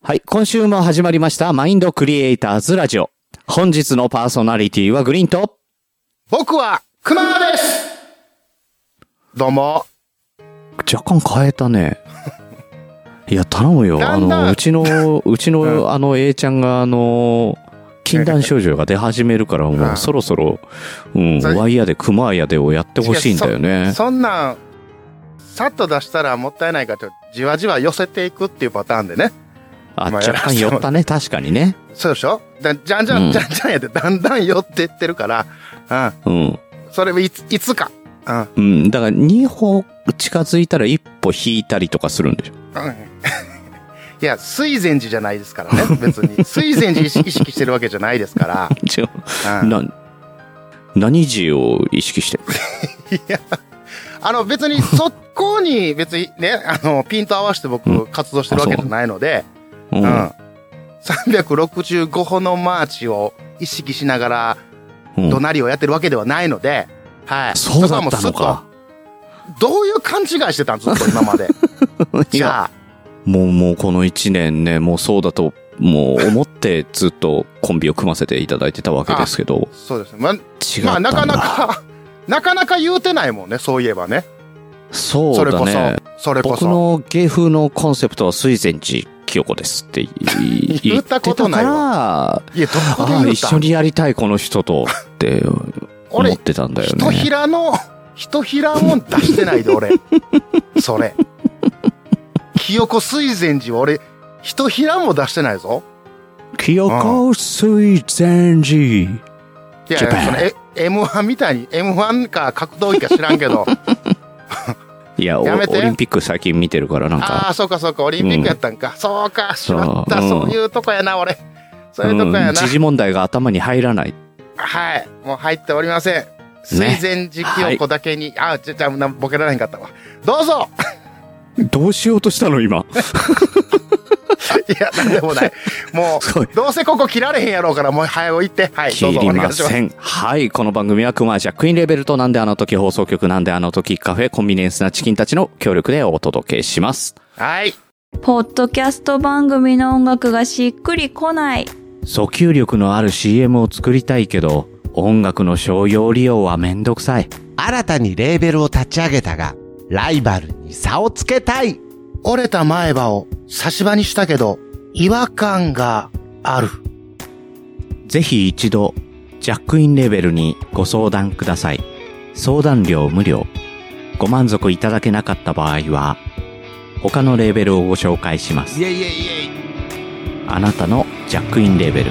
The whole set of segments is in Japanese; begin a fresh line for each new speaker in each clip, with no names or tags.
はい。今週も始まりました、マインドクリエイターズラジオ。本日のパーソナリティはグリーンと、
僕は、クマですどうも。
若干変えた ね。いや、頼むよ。
だ
あ
んだん
の、うちの、うち
う
の、あの、A ちゃんが、あの、禁断症状が出始めるから、も
うん
うそろそろ、うん、
それ
ワイヤーで熊やでをやってほしいんだよね。
そんなん、さっと出したらもったいないから、ちょっとじわじわ寄せていくっていうパターンでね。
あ、
まあ
若干寄ったね。確かにね。
そうでしょだじゃんじゃ、
うんん
じゃんじゃんやって、だんだん寄ってってるから、
うん。
うん。それいつ、いつか。うん。うん
うん。だから、2歩近づいたら1歩引いたりとかするんでしょ。
いや、水前寺じゃないですから ね、別に。水前寺意識意識してるわけじゃないですか
ちょ
ら。うん。
な、何時を意識して
あの、別に、そこに、別にね、あの、ピント合わせて僕、活動してるわけじゃないので、
う。
うんん。365歩のマーチを意識しながら、
うん
怒鳴りをやってるわけではないので、はい。
そうだった
そ
の
こは
か
も。うずっと。どういう勘違いしてたんずっと 今ま
い
で。じ
や、
ゃあ、
もう、もうこの一年ね、もうそうだと、もう思ってずっとコンビを組ませていただいてたわけですけど、
そうですね。ま、
違った
まあ、
ん
な
だ。
かなか、 なかなか言うてないもんね、そういえばね。
そ
そうれ
だ
こそ
ね。、
それこ
僕
そ。
の芸風のコンセプトは水前寺清子ですってい
言
言
っ
ったて
こ
た
と
か
ないわ
ら、
いや、どこで
ああ、
言う
一
た
緒にやりたいこの人と って思
俺
っ、てたんだよ
一ひ
ね。
らの、一ひらも出してないで、俺。それ。清子水前寺は俺、一ひらも出してないぞ。
清子水前寺。
いやいや、その、え M1 みたいに、M1 か格闘技か知らんけ ど、
いや、おオ
やめて
リンピック最近見てるからなん
あ
か、
あ、そうかそうか、オリンピックやったんか。そうか、しまった、
そう
そううんいうとこやな、俺。そう
う
いうとこや
ん、
な。
時事問題が頭に入らない。
はい、もう入っておりません。水前寺清子だけに、あ、じゃ、じゃ、なボケられへんかったわ。どうぞ
どうしようとしたの今。
いや、なんでもない。も、
すごいう
どうせここ切られへんやろうから、もう早う行って。はい、どう
切
ぞお
り
願
ま
いします
せ。ん。はい。この番組はクマジャックインレベルとなんであの時放送局なんであの時カフェコンビニエンスなチキンたちの協力でお届けします。
はい。
ポッドキャスト番組の音楽がしっくりこない。
訴求力のある CM を作りたいけど、音楽の商用利用はめんどくさい。
新たにレーベルを立ち上げたが、ライバルに差をつけたい
折れた前歯を差し歯にしたけど、違和感がある。
ぜひ一度、ジャックインレベルにご相談ください。相談料無料。ご満足いただけなかった場合は、他のレーベルをご紹介します。
えいえいえい。
あなたのジャックインレーベル。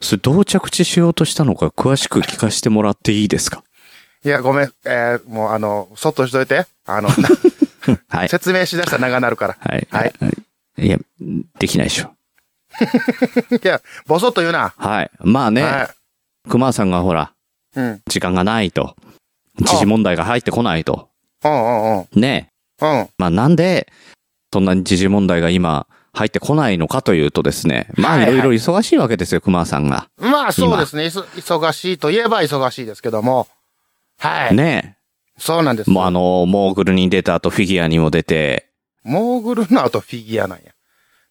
それどう着地しようとしたのか詳しく聞かせてもらっていいですか
いや、ごめん。えー、もうあの、そっとしといて。あの、な
はい。
説明しだしたら長なるから。
はい。
はい。
いや、できないでしょ。
いや、ボソッと言うな。
はい。まあね、
は
熊さんがほら、
い。うん。
時間がないと。時事問題が入ってこないと。
うんうんうん。
ね。
うん。
まあなんで、そんなに時事問題が今入ってこないのかというとですね、ま
は
あ
い
い
はい
ろいろ忙しいわけですよ、熊さんが。
まあそうですね。いそ忙しいといえば忙しいですけども。はい。
ね
そうなんです。
もうあの、モーグルに出た後フィギュアにも出て、
モーグルの後フィギュアなんや。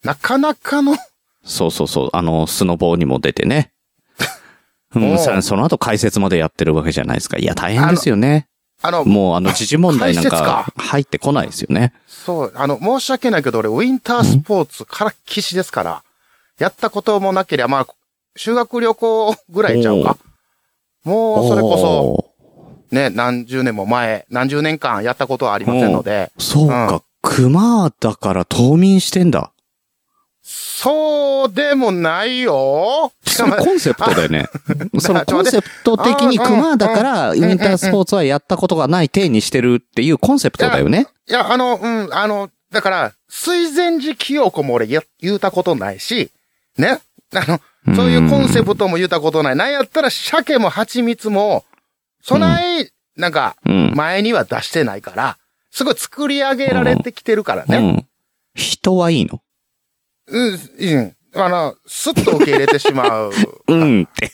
なかなかの、
そうそうそう、あの、スノボーにも出て ね。う、
おうん
さその後解説までやってるわけじゃないですか。いや、大変ですよね。
あの、
もうあの、時事問題なん
解説か
か入ってこないですよね。
そう、あの、申し訳ないけど、俺、ウィンタースポーツからっきしですから、やったこともなければ、まあ、修学旅行ぐらいちゃうか。もう、それこそ、
おー
ね、何十年も前、何十年間やったことはありませんので、
そう
う
か、熊だから冬眠してん だ。
そうでもないよ
それコンセプトだよ ね。その
ちょ
コン
っと待
セプト的に
あーうん
熊だから、ウィンタースポーツはやったことがない体にしてるっていうコンセプトだよね。
いや、あの、うん、あの、だから、水前寺清子も俺や言うたことないし、ね。あの、そういうコンセプトも言うたことない。なんやったら、鮭も蜂蜜も、そない、なんか、
うん
前には出してないから、すごい作り上げられてきてるから
う
ね。
ん。人はいいの
うん、うん。あの、スッと受け入れてしまう。
うんって。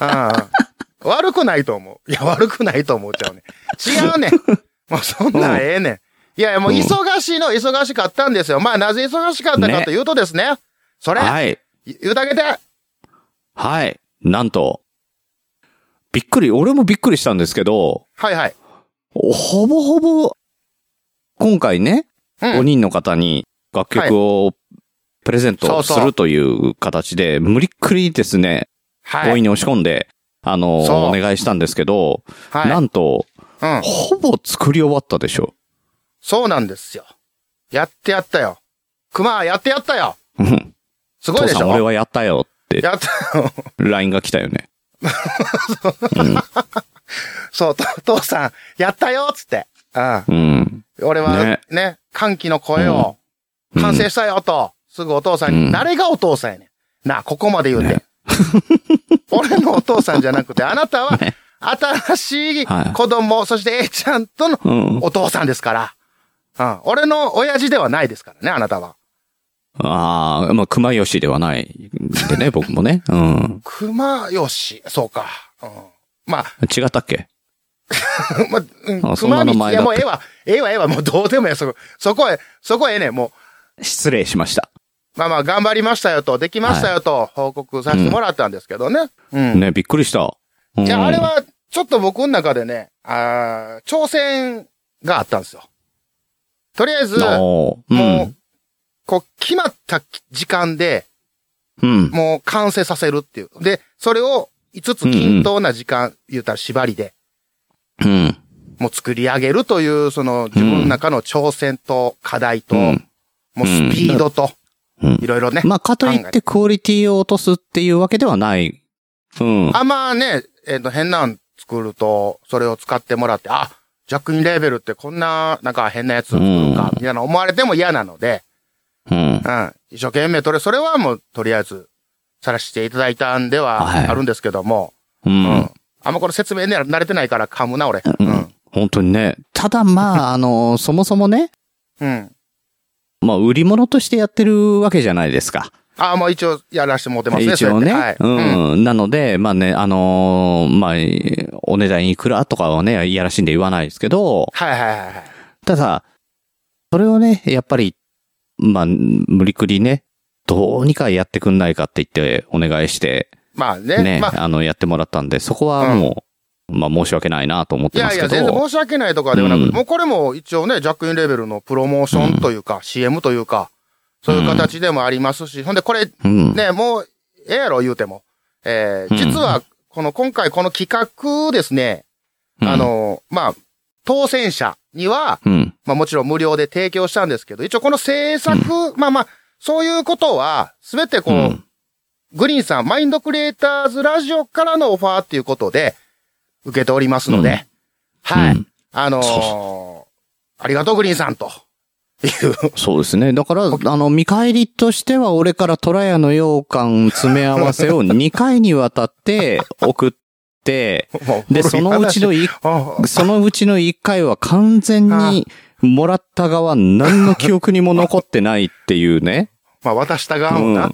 ああ悪くないと思う。いや、悪くないと思っちゃうね。違うねん。もうそんなんええねん。いやいや、もう
うん
忙しいの、忙しかったんですよ。まあ、なぜ忙しかったか
ね
というとですね。それ、
はい。
言うだけで、
はい。なんと。びっくり、俺もびっくりしたんですけど、
はいはい。
ほぼほぼ、今回ね、
うん
5人の方に楽曲をプレゼン
そ
ト
う
す
そう
るという形で、無理っくりですね、
は
強引
い。
に押し込んで、あのー、
そう
お願いしたんですけど、な
はい。
んと、
うん。
ほぼ作り終わったでしょ。
そうなんですよ。やってやったよ。熊、やってやったよ。
うん
すごい
父
でし
さん、
ょ
俺はやったよって、
やった よ。
LINE が来たよね。
そう、と父さん、やったよっつって。うん。
うん。
俺は
ね
ね、歓喜の声を、
うん
完成したよと、すぐお父さんに、
うん
誰がお父さんやねん。なあ、ここまで言うて。 俺のお父さんじゃなくて、あなたは
ね、
新しい
はい
子供、そして A ちゃんとの
うん。
お父さんですから。うん、俺の親父ではないですからね、あなたは。
ああ、まあ、熊吉ではないんで ね、僕もね。うん。
熊吉、そうか。うん、まあ、
違ったっけ
まあ、うん
あそんな
熊
名
道、
前だ
い
っ
や
た
もうええわ、ええわ、ええわ、もうどうでもええ、そこ、そこへ、そこへええねん、もう。
失礼しました。
まあまあ、頑張りましたよと、できましたよと、報告させてもらったんですけどね。うん。
ね、びっくりした。うん
いや、あれ、は、ちょっと僕の中でね、あー挑戦があったんですよ。とりあえず、も
おー
う、
うん。
こう、決まった時間で、
うん。
もう完成させるっていう。で、それを5つ均等な時間、言うたら縛りで、
うん。
もう作り上げるという、その、自分の中の挑戦と課題と、
うん
もうスピードと、
うん
いろいろね。
まあ、かといってクオリティを落とすっていうわけではない。うん。
あんまね、えっ、と、変なん作ると、それを使ってもらって、あ、ジャックインレーベルってこんな、なんか変なやつ作るか、みたいな思われても嫌なので、
うん。
うん。一生懸命とれ、それはもう、とりあえず、さらしていただいたんで
はい
はあるんですけども、
う
うんん。。あんまこの説明ね、慣れてないから噛むな、俺。う
うんん。本当にね。ただ まあ、あの、そもそもね、
うん。
まあ、売り物としてやってるわけじゃないですか。
あ、もう一応、やらしてもうてますね、
一応ね。
そうやって
う
はい。うん。
ん、なので、まあね、あのーまあえー、お値段いくらとかはね、いやらしいんで言わないですけど、
はいはいはいはい。
ただ、それをね、やっぱり、まあ、無理くりね、どうにかやってくんないかって言ってお願いして、
まあね、
ね、
まあ、
あ、の、やってもらったんで、そこはもう、まあ申し訳ないなと思っ
い
てま
やい
すけ
や、
ど。
全然申し訳ないとかではなく、
うん
もうこれも一応ね、ジャックインレーベルのプロモーションというか、CM というか、そういう形でもありますし、ほんでこれ
うん。
ね、もう、ええやろ言うても。え
う
ー
ん
実は、この今回この企画ですね、
うん
あ、の、まあ、当選者には、
うん。
まあもちろん無料で提供したんですけど、一応この制作、まあまあ、そういうことは、すべてこう、
うん
グリーンさん、マインドクリエイターズラジオからのオファーっていうことで、受けておりますので、
うん
はい。
うん
あのー
そう
ありがとう、グリーンさんと。いう。
そうですね。だから、あの、見返りとしては、俺からトラヤの羊羹詰め合わせ を2回にわたって送っ て、
も
で、そのうちの
古い
1、
話、あ
そのうちの1回は完全にもらった側何の記憶にも残ってないっていう ね。
まあ、渡した側もな。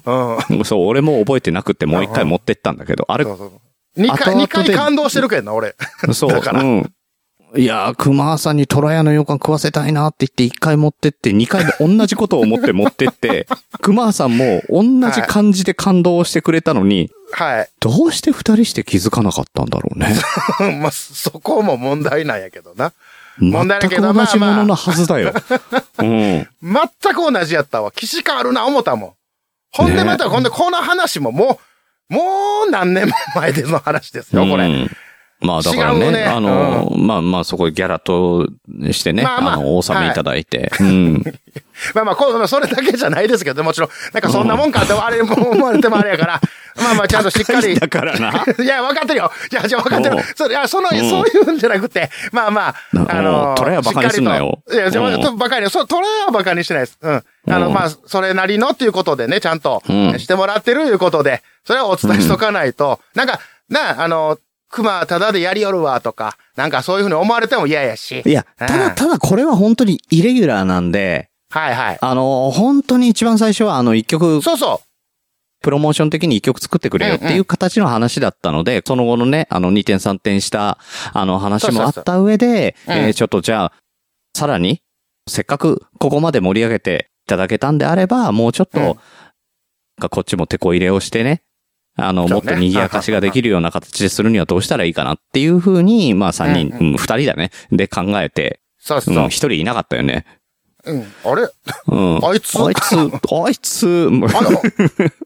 うん。
そう、俺も覚えてなくってもう1回持ってったんだけど、あれ
そ、うそうそう二
後
回、
々
二回
で
感動してるけどな、俺。
そう、
だから
うん。いやー、熊さんにトラヤの羊羹食わせたいなって言って、一回持ってって、二回で同じことを思って持って って、熊さんも同じ感じで感動してくれたのに、
はい。
どうして二人して気づかなかったんだろうね。
まあ、そこも問題なんやけどな。
全
問題だけ
く
ど
同
まあ
じもののはずだよ。うん。
全く同じやったわ。騎士感あるな、思ったもん。ほん
ね
でまた、ほんで、この話ももう、もう何年も前での話ですよ、こ
う
れ。
んまあだから
違
ね、
うね
あの、まあまあそこでギャラとしてね、
まあまあ
あの、お納めいただいて、うん。
まあまあ、こうそれだけじゃないですけど、もちろん、なんかそんなもん かってあれも思われてもあれやから、まあまあ、ちゃんとしっかり。
だからな。
いや、分かってるよ。じゃあ、じゃあ分かって
おう
る。それ、いや、その、
ん
そういうんじゃなくて、まあまあ
な、
あ
おう
の、
トライは馬鹿にすんなよ
しっかりといや、じゃ
う
あ、
ん
バカに、そう、トライはバカにしてないです。うん。あ
う
の、
ん
まあ、それなりのっていうことでね、ちゃんと
うん
してもらってるいうことで、それはお伝えしとかないと、なんか、な、あの、熊ただでやりよるわとか、なんかそういうふうに思われても嫌やし。
いや、
うん
ただただこれは本当にイレギュラーなんで、
はいはい。
あの、本当に一番最初はあの一曲
そうそ
プロモーション的に一曲作ってくれよっていう形の話だったので、その後のね、あの、2点3点した、あの、話もあった上で、
そうそうそう
え
うん
ーちょっとじゃあ、さらに、せっかくここまで盛り上げていただけたんであれば、もうちょっと、
うん
なんかこっちも手こ入れをしてね、あの、
そ
も
う
っ
ね
と賑やかしができるような形でするにはどうしたらいいかなっていうふうに、まあ3人、
う
うん、2人だね。で考えて、
そう
う
そ
ん、1
う。
人いなかったよね。
うん。あれ
うん。
あいつ
あいつ、あい つ、
あ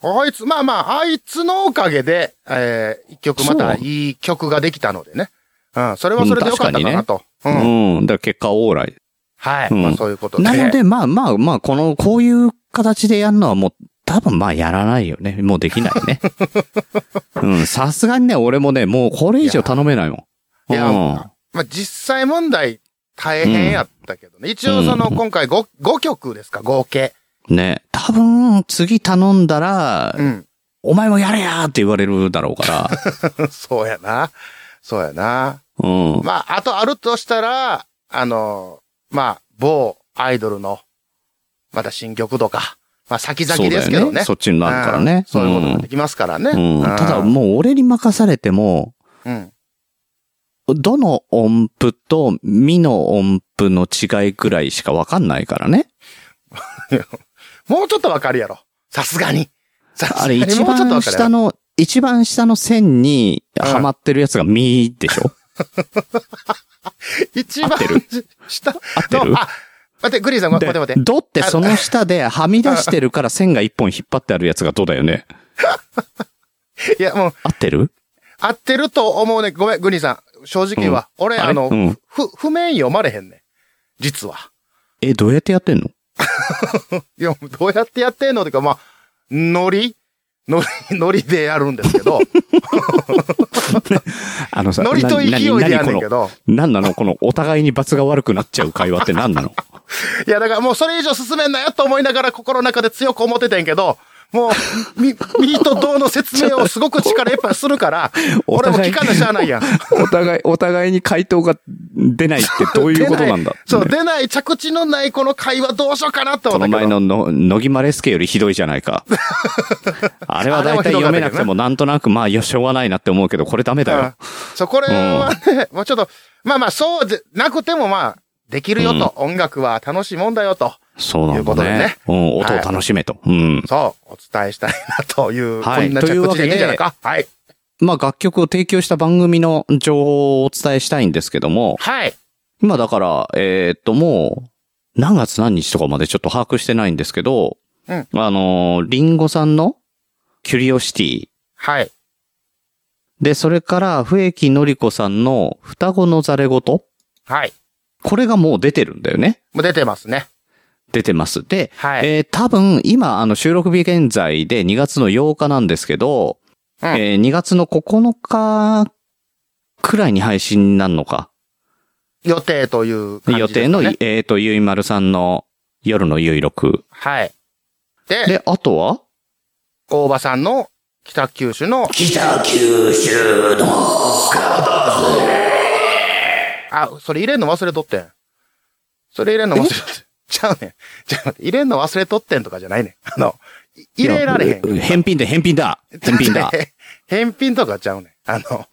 の、あいつ、まあまあ、あいつのおかげで、えー一曲また
そう
いい曲ができたのでね。うん、それはそれでよかったかなと。うん。
うん。だから結果オーライ。
はい。
うん
まあそういうことで。
なので、まあまあまあ、この、こういう形でやるのはもう、多分まあやらないよね。もうできない ね。うん。さすがにね、俺もね、もうこれ以上頼めないもん。
いや、
うん。
まあ実際問題大変やったけどね。一応その、
うん
今回 5, 5曲ですか、合計。
ね。多分、次頼んだら、
うん。
お前もやれやーって言われるだろう から。
そうやな。そうやな。
うん。
まあ、あとあるとしたら、あの、まあ、某アイドルの、また新曲とか、まあ先
そ
々
う
で
だ
す
よ
けどね。
そっちになるから
うん
ね。
そういうことができますからね。
うんうんただもう俺に任されても、
う、うん。
どの音符とミの音符の違いくらいしかわかんないからね。
もうちょっとわかるやろ。さすがに。さすが
あれ
に
一
もうちょ
番
っとわかるや
下
ろ。
の、一番下の線にはまってるやつがミでしょ、
一番
合ってる
下の。
合ってる
あ、待って、グリーンさん、待って待って
で。ドってその下ではみ出してるから線が一本引っ張ってあるやつがドだよね。
いや、もう、
合ってる
合ってると思うね。ごめん、グリーンさん。正直は。俺、
あれ
あの、
うん
ふ、譜面読まれへんねん。実は。
え、どうやってやってんの
いや、どうやってやってんのってか、まあ、ノリノリ、 ノリでやるんです けど、
あのさ、
ノリと勢いで
なな
やんねん
に
け
この、
ど、
なんなのこのお互いに罰が悪くなっちゃう会話って何なの
いや、だからもうそれ以上進めんなよと思いながら心の中で強く思ってたんやけど、もう、 み、ミート同の説明をすごく力いっぱいするから、
お
俺も
互い
聞かなしゃあないやん。
お互い、お互いに回答が出ないって どういうこと なんだ、
そう、出ない着地のないこの会話どうしようかなと思
こ
った
の
けど。
前のの、野木マレスケよりひどいじゃないか。あれは大体読めなくてもなんとなく、まあ、よ、しょうがないなって思うけど、これダメだよ。
うんそう、これはね、もうちょっと、まあまあ、そうでなくてもまあ、できるよと、音楽は楽しいもんだよと、
そうなん
ということ
だ
で
ね。
ね
うん、音を楽しめと。うん。
そう、お伝えしたいなという、
はい
こんな
という
着
わ
地
け
でい
で
いんじゃないか。はい。
まあ、楽曲を提供した番組の情報をお伝えしたいんですけども、
はい。
今だから、えーっと、もう、何月何日とかまでちょっと把握してないんですけど、
うん
あのー、リンゴさんのキュリオシティ、
はい。
で、それから、笛木のりこさんの双子のザレ言
はい。
これがもう出てるんだよね。
もう出てますね。
出てます。で、
はい
えー多分、今、あの、収録日現在で2月の8日なんですけど、
うん
えー2月の9日くらいに配信になるのか。
予定という感じで
予
すね、
定の、えっ、と、ゆいまるさんの夜のゆいろく。
はい。で、
で、あとは
大場さんの北九州の、
北九州の。
あ、それ入れんの忘れとってん。それ入れんの忘れとってん。ちゃうねん。ちゃうねん入れんの忘れとってんとかじゃないねん。あの、い入れられへん。
返品だ、返品だ。返品 だ。
返品とかちゃうねん。あの、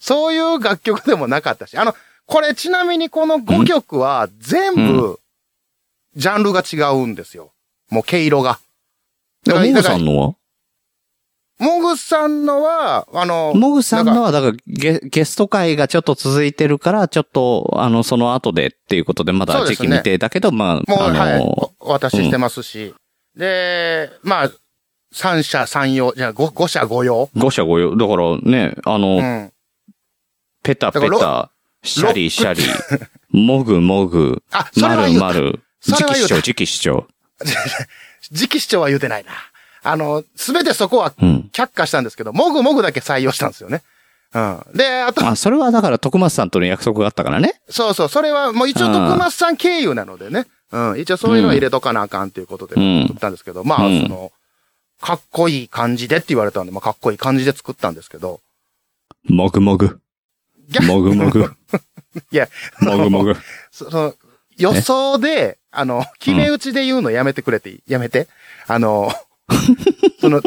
そういう楽曲でもなかったし。あの、これちなみにこの5曲は全部、ジャンルが違うんですよ。もう毛色が。
で、
だか
もぐさ
ら
んのは
モグさんのは、あの、
もぐさん
なん
の
か
は、だからゲ、ゲスト会がちょっと続いてるから、ちょっと、あの、その後でっていうことで、ま
そ
だ
うで
時
す
期
ね
未定だけど、まあ、
もう、
あの
はい、おお渡ししてますし。で、まあ、三者三様、じゃあ五五者五様。
五社五様、だからね、あの、
うん。
ペタ
だ
ペ
から
タ、シャリシャリ、もぐもぐ、
あ、そ
ま
れは
る
言う
ま
た。
る、
それ
直
は言う
視
た
聴、直視聴。
直視聴は言うてないな。あの、すべてそこは
うん。
却下したんですけど、もぐもぐだけ採用したんですよね。うん。で、あと、
あ、それはだから徳松さんとの約束があったからね。
そうそう、それはもう一応
うん
徳松さん経由なのでね。うん。一応そういうのは入れとかなあかんということで、
うん
撮ったんですけど、まあ、
うん
その、かっこいい感じでって言われたんで、まあ、かっこいい感じで作ったんですけど。
もぐもぐ、
逆
もぐも ぐ。
いや、
もぐもぐ。
そその、予想で、あの、決め打ちで言うのやめてくれていい、やめて。あの、その、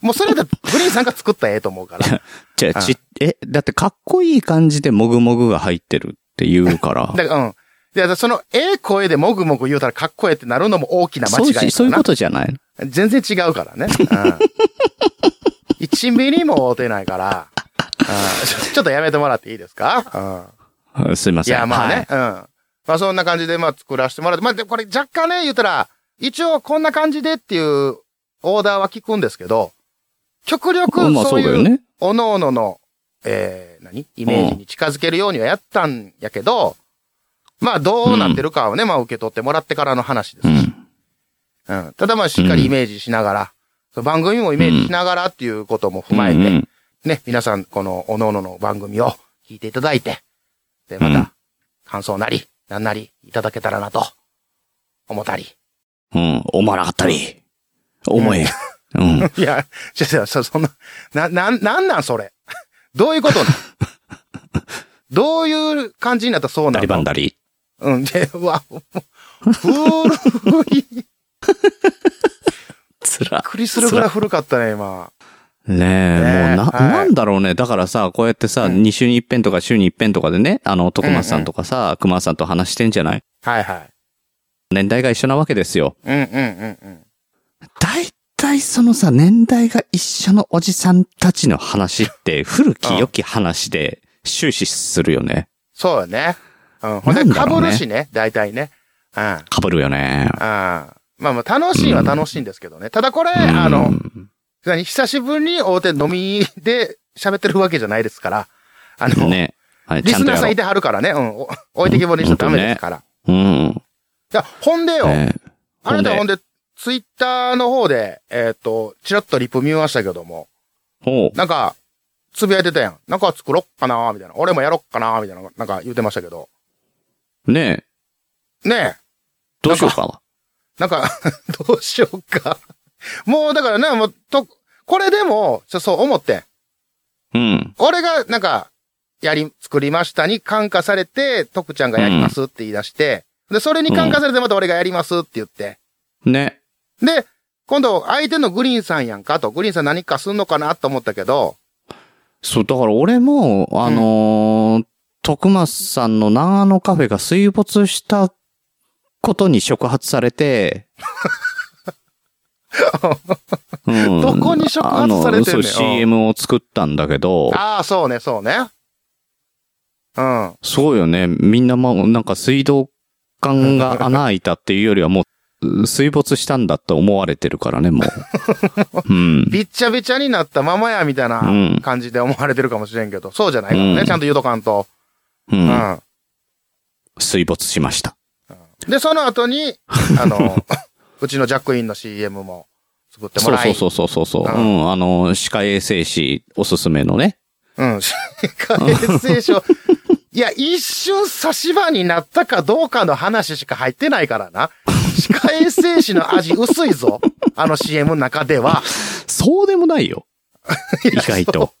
もうそれだってグリーンさんが作ったらええと思うから。
じゃあ、ち、え、だってかっこいい感じでもぐもぐが入ってるって言うから。
だから、うん。いや、その、ええ声でもぐもぐ言うたらかっこええってなるのも大きな間
そ
違
う
いだ
し、そういうことじゃないの
全然違うからね。うん、1ミリも合うてないから、うんちょ、ちょっとやめてもらっていいですか、
うんすいま
うん、い
せん。
や、まあね、
はい
うん。まあそんな感じで、まあ作らせてもらって、まあで、これ若干ね、言ったら、一応こんな感じでっていうオーダーは聞くんですけど、極力
うんまあ
そ
そううだよ
いう、
ね。
おのおのの、えー、何イメージに近づけるようにはやったんやけど、まあどうなってるかはね、まあ受け取ってもらってからの話です
う
し。
ん。
うん。ただまあしっかりイメージしながら、その番組もイメージしながらっていうことも踏まえて、
うんうん
ね、皆さんこの各々の番組を聞いていただいて、で、ま
うん
た、感想なり、なんなりいただけたらなと、思ったり。
うん。おまらかったり。思え。うん。
いや、ちょっと、そ、そんな、な、なん、なんなんそれ。 どういうことなの どういう感じになったらそう
ダ
な
リバン
の
ダリ。
うん、で、うわ、 もう古い、びっ
つら。
くりするぐらい古かったね、今。
ねえ、
ねえ
もうな、
はい
なんだろうね。だからさ、こうやってさ、
うん
2週に1遍とか週に1遍とかでね、あの、徳松さんとかさ、熊さんと話してんじゃない
はいはい。
年代が一緒なわけですよ。
うんうんうんうん。
大体そのさ、年代が一緒のおじさんたちの話って、古き良き話で終始するよね。
そうよね。うん。ほん
な
で、
んだ
か
ろう
ぶ
ね
るしね、大体ね。うん。うん。
かぶるよね。
まあまあ、楽しいは楽しいんですけどね。ただこれ、あ
う
の、
ん
何、久しぶりに大手飲みで喋ってるわけじゃないですから。あの、
ね。はい、
リ
ちゃ
ス
んと
ナー
や
さ
ろ
ん
う
いてはるからね。うん。お置いてきぼりにしちゃダメですから。
うん。
いや、ほんでよ、
ね
あなた
ほ
ほ
ん
んで、ツイッターの方で、えっ、と、ちらっとリプ見ましたけども、
ほう。
なんか、つぶやいてたやん。なんか作ろっかなーみたいな。俺もやろっかなーみたいな、なんか言ってましたけど。
ねえ、
ねえ。
どうしようか。
なんか、 どうしようか。もう、だからね、もう、と、これでも、ちょそう思ってん。
うん。
俺が、なんか、やり、作りましたに感化されて、徳ちゃんがやりますって言い出して、で、それに感化されてまた俺がやりますって言って。
ね。
で、今度、相手のグリーンさんやんかと、グリーンさん何かすんのかなと思ったけど、
そう、だから俺も、あのー徳松さんの長野カフェが水没したことに触発され て、うん
どこに触発されて
あのそ
んねん
う
うん
CM を作ったんだけど、
ああ、そうね、そうね。うん。
そうよね。みんなもうなんか水道管が穴開いたっていうよりはもう、水没したんだって思われてるからね、も う。うん。
びっちゃびちゃになったままや、みたいな
うん
感じで思われてるかもしれんけど、そうじゃないからね、
うん
ちゃんと言うとかんと。
う。
うんん
水没しました。
で、その後 に、あの、うちのジャックインの CM も作っても
そう
らい。
そうそうそうそう。う。
うん
あの、歯科衛生士おすすめのね。
うん。 衛生書。いや、一瞬差し歯になったかどうかの話しか入ってないからな。歯科衛生士の味薄いぞ。あの CM の中では。
そうでもない よ。意外と。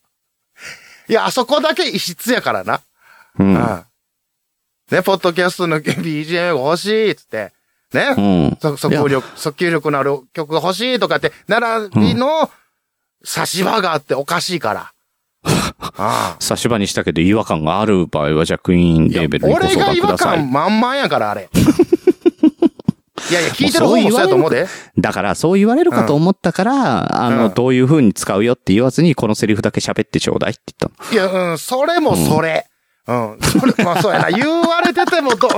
いや、あそこだけ異質やからな。
う。
うんん。ね、ポッドキャストの BGM が欲しいっつって。ね。
うん。
そ
い
即
や
力、即球力のある曲が欲しいとかって、並びの差し場があっておかし いから。ああ
差し場にしたけど違和感がある場合は、ジャックイン
いや
レーベルにご
俺
相
が
談
違
く
和
ださい
感。満々やから、あれ。いやいや、聞いてる
もうそう言わ
方もそう
れる
やと思うで。
だから、そう言われるかと思ったから、あの、
うん
どういう風に使うよって言わずに、このセリフだけ喋ってちょうだいって言っ
いや、うん、それもそれ。うん、それ、まあそうやな。言われててもど、うん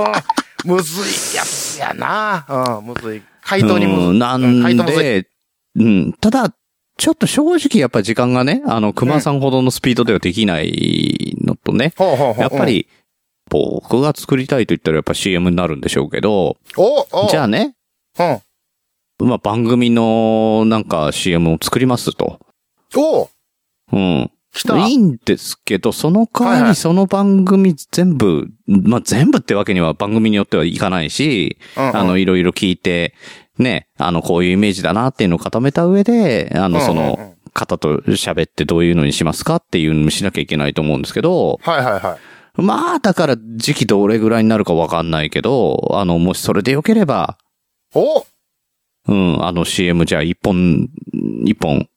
むずいやつやな。うん、むずい。回
たの。
答にむずい。
うん、な
うん回
ん
答むずい。
で、うん、ただ、ちょっと正直やっぱ時間がね、あの、熊さんほどのスピードではできないのとね、
ほうほうほう。
やっぱり、僕が作りたいと言ったらやっぱ CM になるんでしょうけど、
うん、おお
じゃあね、
うん。
まあ、番組のなんか CM を作りますと。
お
うん。
来た。
いいんですけど、その代
はい
わ
はい
りその番組全部、まあ、全部ってわけには番組によってはいかないし、
うんうん
あの、いろいろ聞いて、ね、あの、こういうイメージだなっていうのを固めた上で、あの、
うんうんうん
その方と喋ってどういうのにしますかっていうのにしなきゃいけないと思うんですけど、
はいはいはい。
まあ、だから時期どれぐらいになるかわかんないけど、あの、もしそれでよければ、
お
うん、あの CM じゃあ一本、一本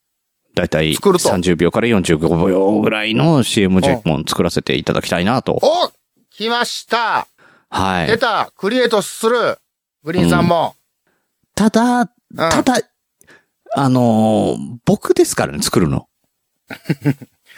だいたい
作ると
30秒から45秒ぐらいの CM 10本作らせていただきたいなと。
お来ました
は
出
い。
たクリエイトするグリーンさんも。
ただ、
うん
ただ、あのー僕ですからね、作るの。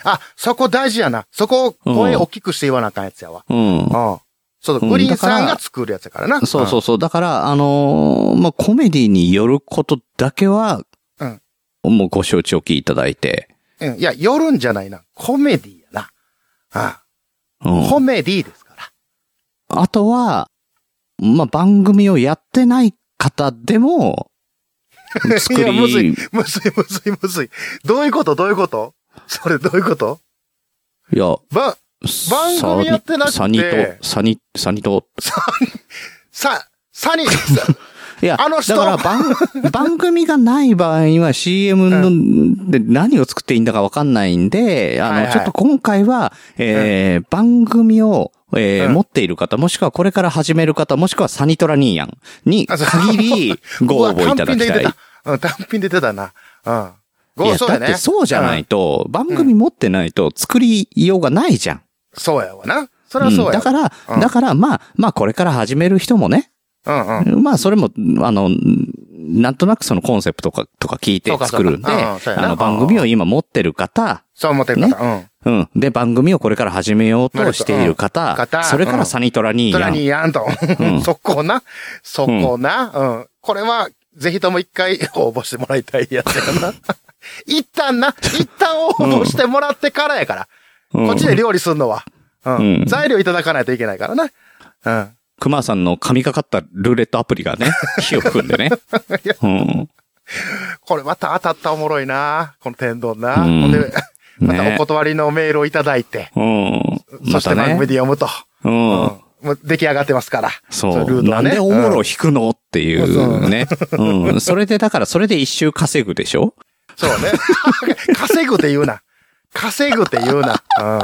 あ、そこ大事やな。そこを声大きくして言わなあかんやつやわ。
うん。
うん。そう
う
そう、
ん
グリーンさん
だから
が作るやつやからな。
そうそううそう。だから、あのーまあ、コメディによることだけは、
うん
もうご承知おきいただいて。
ん。うん。いや、寄るんじゃないな。コメディやな。あ
うん
コメディですから。
あとは、まあ、番組をやってない方でも、作
いやむずい
り、い、
むずいむずいむずい。どういうことどういうことそれどういうこと
や、
ば、番組やってなくて
サニーと、サニ、サニと、
さ、サニー、
いや、
あの人
だから 番、番組がない場合は CM の、
う
で何を作っていいんだかわかんないんで、あの、
はいはい
ちょっと今回は、えー番組を、えー
うん
持っている方、もしくはこれから始める方、もしくはサニトラニーヤンに
あそう
限り ご応募いただきたい。
うわ単品で出てた。うん、単品で出てたな。うん。
い
ご
や
そう
だ
や
っ
ね。
てそうじゃない
ん
と、番組持ってないと作りようがないじゃん。
そうやわな。それはそう
うん
や。
だか、ら、
うん
だから、まあ、まあ、これから始める人もね、
うんうん。
まあ、それも、あの、なんとなくそのコンセプトとか、とか聞いて
そうかそう
作
か
るんで、
うんうんそうやな
あの、番組を今持ってる方、
そう思ってる
ね
方。うん。
うん。で、番組をこれから始めようとしている
う
方
ん、方
それか
う
ら
ん
サニトラに
ト
ー
ラ
ヤ
ニー
ン、
やんと
うん。
そこな。そこな。うん。これは、ぜひとも一回応募してもらいたいやつやな。 一旦な、一旦応募してもらってからやから。
うん
こっちで料理すんのは。うん。
うん
材料いただかないといけないからな。うん。
熊さんの噛みかかったルーレットアプリ がね、火を吹くんでね。うん。
これまた当たったおもろいな。この天丼な。
うん
ほんで、またお
ね
断りのメールをいただいて、
うん。
そ
ま
して
た
番組
ね。
で読むと。
う。
うんもう出来上がってますから。
そ
ル
う。
ート
な
は
ん
ね
でおもろ引くのっていうね。うん。それで、だから、それで一周稼ぐでしょ
そうね。 稼ぐって言うな。稼ぐって言うな。うん。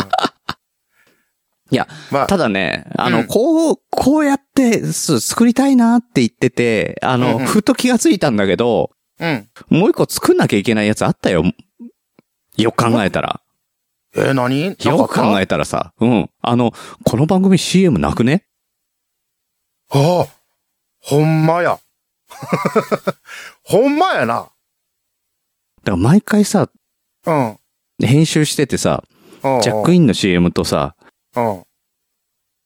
いや、
まあ、
ただね、あ
う
の、
ん
こう、こうやって、そう作りたいなって言ってて、あの、
うんうん
ふと気がついたんだけど、
うん。
もう一個作んなきゃいけないやつあったよ。よく考えたら。
えー、何
よく考
え。
えたらさ、うん。あの、この番組 CM なくね
ああ、ほんまや。 ほんまやな。
だから毎回さ、
うん。
編集しててさ、
うん
ジャックインの CM とさ、
うん。うん。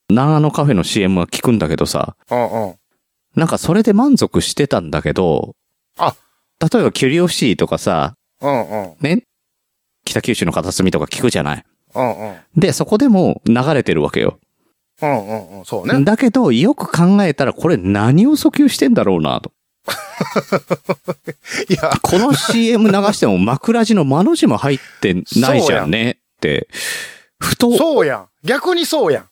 長野カフェの CM は聞くんだけどさ、
うん。うん。
なんかそれで満足してたんだけど、
あ
例えばキュリオシーとかさ、
うん。うん。
ね、北九州の片隅とか聞くじゃない
うん。うん。
で、そこでもう流れてるわけよ。
うん。うん。うん。そうね。
だけど、よく考えたら、これ何を訴求してんだろうなと。
いや、
この CM 流しても 枕地の間の字も入ってないじゃんねって、ふと、そう、
そうやん。逆にそうやん。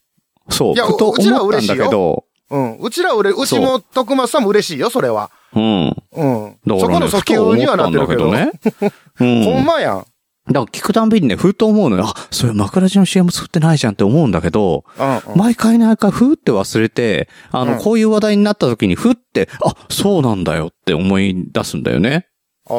いや
ふと
うちらは
思ったんだけ
嬉しい
ど、
うん。うちらうれ、うち
そ
も徳松さんも嬉しいよ、それは。
うん。
うん。
だか
そこ
らね、
の訴
ふと
求
思
に
っ
はな
た
っ
ん
て
だ
る
け
けど。
どね。うん。
ほん
だか
まやん。
ら聞くたんびにね、ふと思うのよ。あ、それ枕地の CM 作ってないじゃんって思うんだけど、
うん。うん
毎回毎回ふーって忘れて、あの、
うん
こういう話題になった時にふって、あ、そうなんだよって思い出すんだよね。
ああ、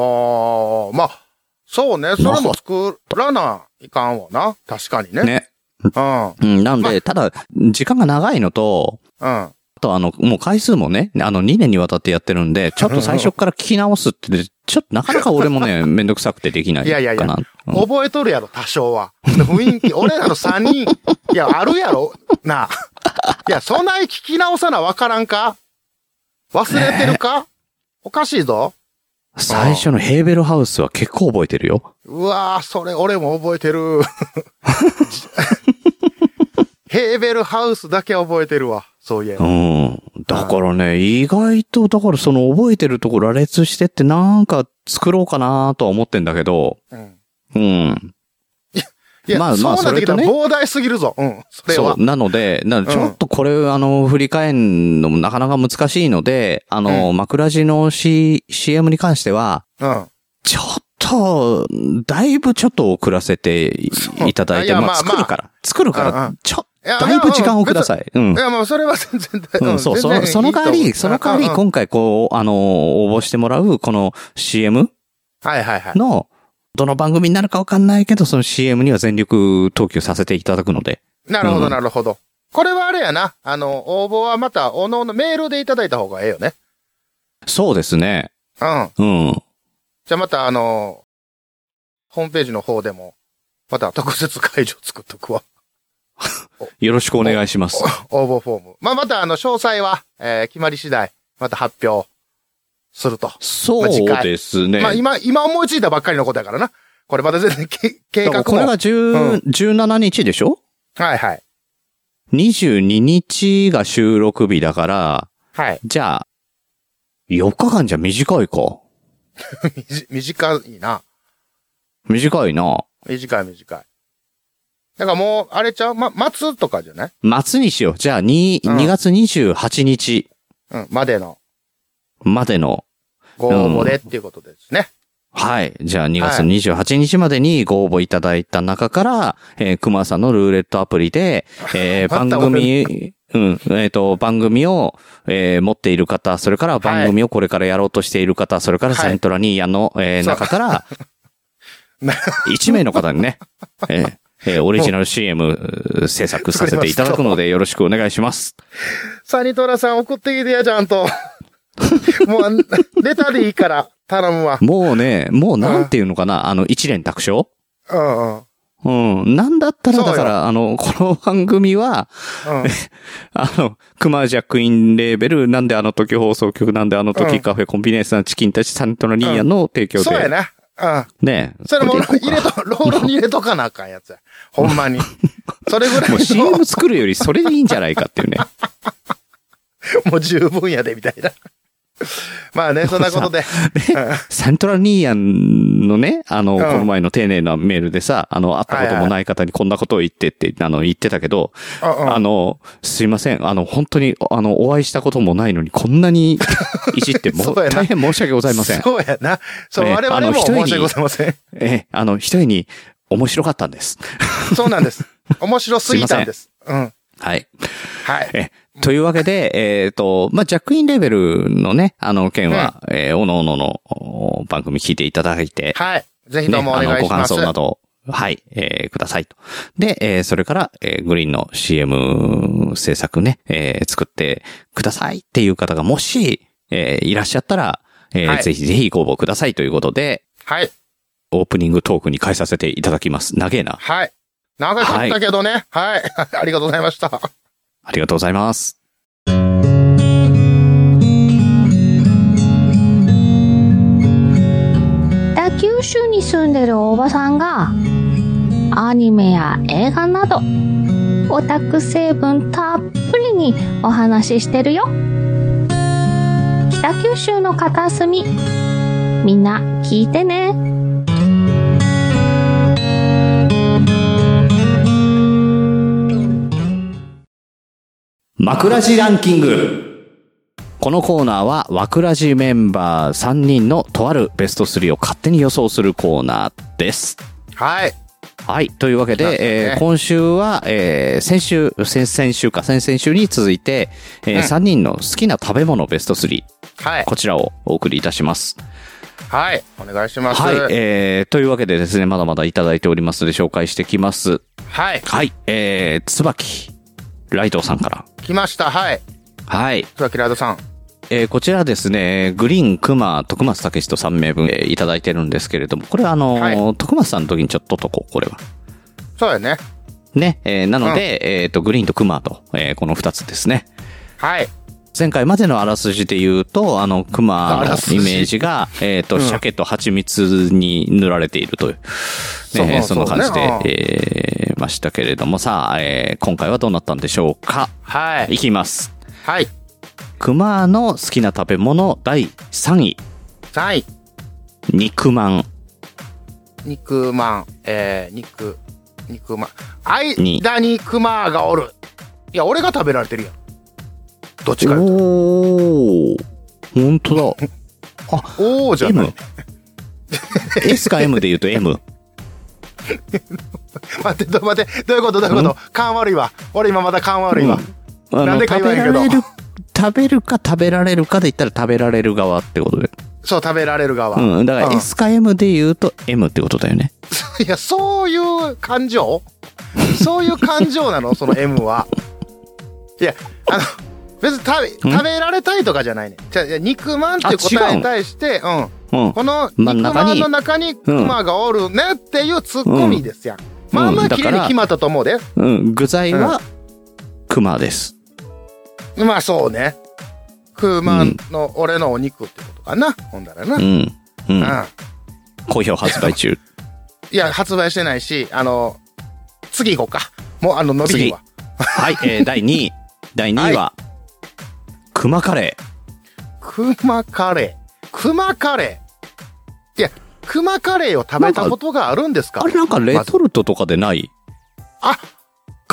まあ、そうね。それも作らないかんわな。確かにね。
ね。
うん。うん。
うん、なん
ま
で、ただ、時間が長いのと、
あ
あとあの、もう回数もね、あの2年にわたってやってるんで、ちょっと最初から聞き直すって、ちょっとなかなか俺も ね、めんどくさくてできない
いやいやいや
かな。うん
覚えとるやろ、多少は。雰 囲気、俺らの3人、いや、あるやろ、なあ。いや、そない聞き直さなわからんか忘れてるかおかしいぞ。
最初のヘーベルハウスは結構覚えてるよ。
うわーそれ俺も覚え てる。ヘーベルハウスだけ覚えてるわ。そういえ
う
ば。
ん。だからね、意外と、だからその覚えてるとこ羅列してってなんか作ろうかなとは思ってんだけど、
うん。
うん。
いや、
まあまあ
そうなってきたら
それ
膨大すぎるぞ。うん。それ
そ
は。
う。なので、なちょっとこれ、あの、振り返るのもなかなか難しいので、あの、枕地の C、CM に関しては、
うん。
ちょっと、だいぶちょっと遅らせてい
そう
いただい
い
て、
や
まあ
まあまあ
作るから、作るか
うんう
ら
ん、
ちょ、
いや
だいぶ時間をください。うん
い。や、まあ、それは 全然大
うん、そう、その、その代わり、その代わり、
は
今回こう、あの、応募してもらう、この CM
いはいはい。
の、どの番組になるかわかんないけど、その CM には全力投球させていただくので。
なるほ
う
ど、
ん
なるほど。これはあれやな。あの、応募はまた、おのおのメールでいただいた方がええよね。
そうですね。
うん。
うん。
じゃあまた、あの、ホームページの方でも、また特設会場作っとくわ。
よろしくお願いします。
応募フォーム。まあ、また、あの、詳細は、えー決まり次第、また発表すると。
そうですね。
まあ、今、今思いついたばっかりのことやからな。これまた全然け計
だから
画も。
これが10
うん
17日でしょ
はいはい。
?22 日が収録日だから、
はい。
じゃあ、4日間じゃ短いか。
み じ短いな。
短いな。
短い短い。だからもう、あれちゃうま、待つとかじゃない
末にしよう。じゃあ2、
うん
2月28日
うん、までの
までの、
ご応募でっていうことですね。
はい。じゃあ2月28日までにご応募いただいた中から、えー、熊さんのルーレットアプリで、えー
ま
番
た
組、うん、えっ、と、番組を、えー持っている方、それから番組をこれからやろうとしている方、それから
はい
セントラニーヤの、えー
そう
中から、
な
1名の方にね、えーえーオリジナル CM 制作させていただくのでよろしくお願いします。
サニトラさん送ってきてや、ちゃんと。 もうあん、レターでいいから、頼むわ。
もうね、もうなんていうのかな、あの、一連卓勝
うんうん。うん。
うん。なんだったら、
そうよ
だから、あの、この番組は、あの、クマジャックインレーベル、なんであの時放送局、なんであの
う
時
ん
カフェ、コンビネースなチキンたち、サントラニーヤの提供で。
そうやな。うん。
ね。
それも、
こでいこ
入
うか
れと、ロールに入れとかなあかんやつや。ほんまに。それぐらい
もう
の、も
CM 作るよりそれでいいんじゃないかっていうね。
う十分やで、みたいな。まあね、そんなことで。
サントラニーヤのね、あの、
ん
この前の丁寧なメールでさ、あの、会ったこともない方にこんなことを言ってって、あの、言ってたけど、
うんうん
あの、すいません、あの、本当に、あの、お会いしたこともないのに、こんなにいじって、もう
そうやな
大変申し訳ございません。
そうやな。そう、
ね
我々
あの
も
一人
申
に
し訳ございません。
ええ、あの、一人に面白かったんです。
そうなんです。面白すぎたんです。うん。
はい。
はい。
え、というわけで、えっ、と、まあ、ジャックインレベルのね、あの、件は、えーおのおののお番組聞いていただいて、
はい。ぜひ
ね、
どうもお
あの、
願い
ご
しま
感
す。
想など、はい、えーくださいと。で、えーそれから、えーグリーンの CM 制作ね、えー作ってくださいっていう方がもし、えーいらっしゃったら、えー
はい
ぜひぜひご応募くださいということで、
はい。
オープニングトークに変えさせていただきます。長えな。
はい。長かったけどね。はい。 ありがとうございました。
ありがとうございます。
北九州に住んでるおばさんがアニメや映画などオタク成分たっぷりにお話ししてるよ北九州の片隅みんな聞いてね
枕地ランキングこのコーナーは、枕地メンバー3人のとあるベスト3を勝手に予想するコーナーです。
はい。
はい。というわけで、
来ましたね
えー今週は、えー先週、先々週か、先々週に続いて、えー
うん
3人の好きな食べ物ベスト3、
はい。
こちらをお送りいたします。
はい。お願いします。
はい
は。い。
えーというわけでですね、まだまだいただいておりますので紹介してきます。はい。えー、椿、ライトさんから。
来ました。はい。
はい。
それはキラードさん。
えーこちらですね、えーグリーン、クマ、徳松武史と3名分、えーいただいてるんですけれども、これはあのー
はい
徳松さんの時にちょっととこう、これは。
そうやね。
ね、えーなので、えっ、と、グリーンとクマと、えーこの2つですね。
はい。
前回までのあらすじで言うと、あの、クマ
あらす
の
じ
イメージが、えっ、と、
うん
鮭と蜂蜜に塗られているという、ね、
そう
えーそんな感じで、
そう
えーましたけれども、さあ、えー今回はどうなったんでしょうか。
はいい。
きます。
はい。
クマの好きな食べ物第3位、
3位。
肉まん。
肉まん。えー、肉。肉まん。
に
間にクマがおる。いや、俺が食べられてるやん。どっちかよ。
おー、ほんとだ。
お おーじゃない
M。S か M で言うと M。
待って、ど待って、どういうことどういうこと勘悪いわ。俺今まだ勘悪いわ。
あ
なん
の
でか
食
言わ
べ
へん
ら
けど
れる、食べるか食べられるかで言ったら食べられる側ってことで。
そう、食べられる側。
うん。だから
うん
S か M で言うと M ってことだよね。
いや、そういう感情そういう感情なのその M は。いや、あの、別に食べ、食べられたいとかじゃないね。じゃあいや肉まんっていう答えに対して、うん。
うん。
この
真
肉
ん中
ま
に
んの中にクマがおるねっていうツッコミですやん。まあまあ
だか
綺
ら
麗に決まったと思うで。
うん。具材は、クマです。
まあそうね。クマの俺のお肉ってことかな。ほんだらな。
う
うん。
ん。うん。好評発売 中。
いや、発売してないし、あの、次行こうか。もうあの、伸びるわ。
はい。えー、第2位。第2位は、クマカレー。
クマカレー。クマカレー。いや、クマカレーを食べたことがあるんですか
あれなんかレトルトとかでない
あ、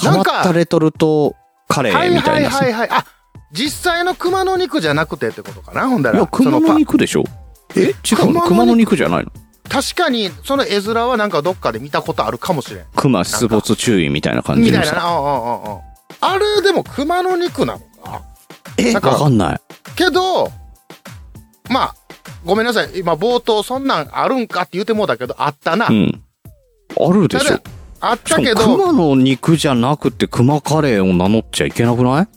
変わっ
なん
た
か
レトルトカレ
は
ー
い
みた
はいい
なさ。
はいいはい。あ、実際の熊の肉じゃなくてってことかなほんだら。
や、クマ
そパ
の肉でしょえ違うの
熊の肉
クマの肉じゃないの
確かに、その絵面はなんかどっかで見たことあるかもしれん。
クマ出没注意みたいな感
み
じの
たいな
さ。
な。うんうんうんうん。あれ、でも熊の肉なのか
え
な
わ
んか
かんない。
なけど、まあ、ごめんなさい。今冒頭そんなんあるんかって言うてもうだけど、あったな。
うん。あるで
だ
しょ
けどあっ
したかも
け
ク
ど、
マの肉じゃなくてクマカレーを名乗っちゃいけなくない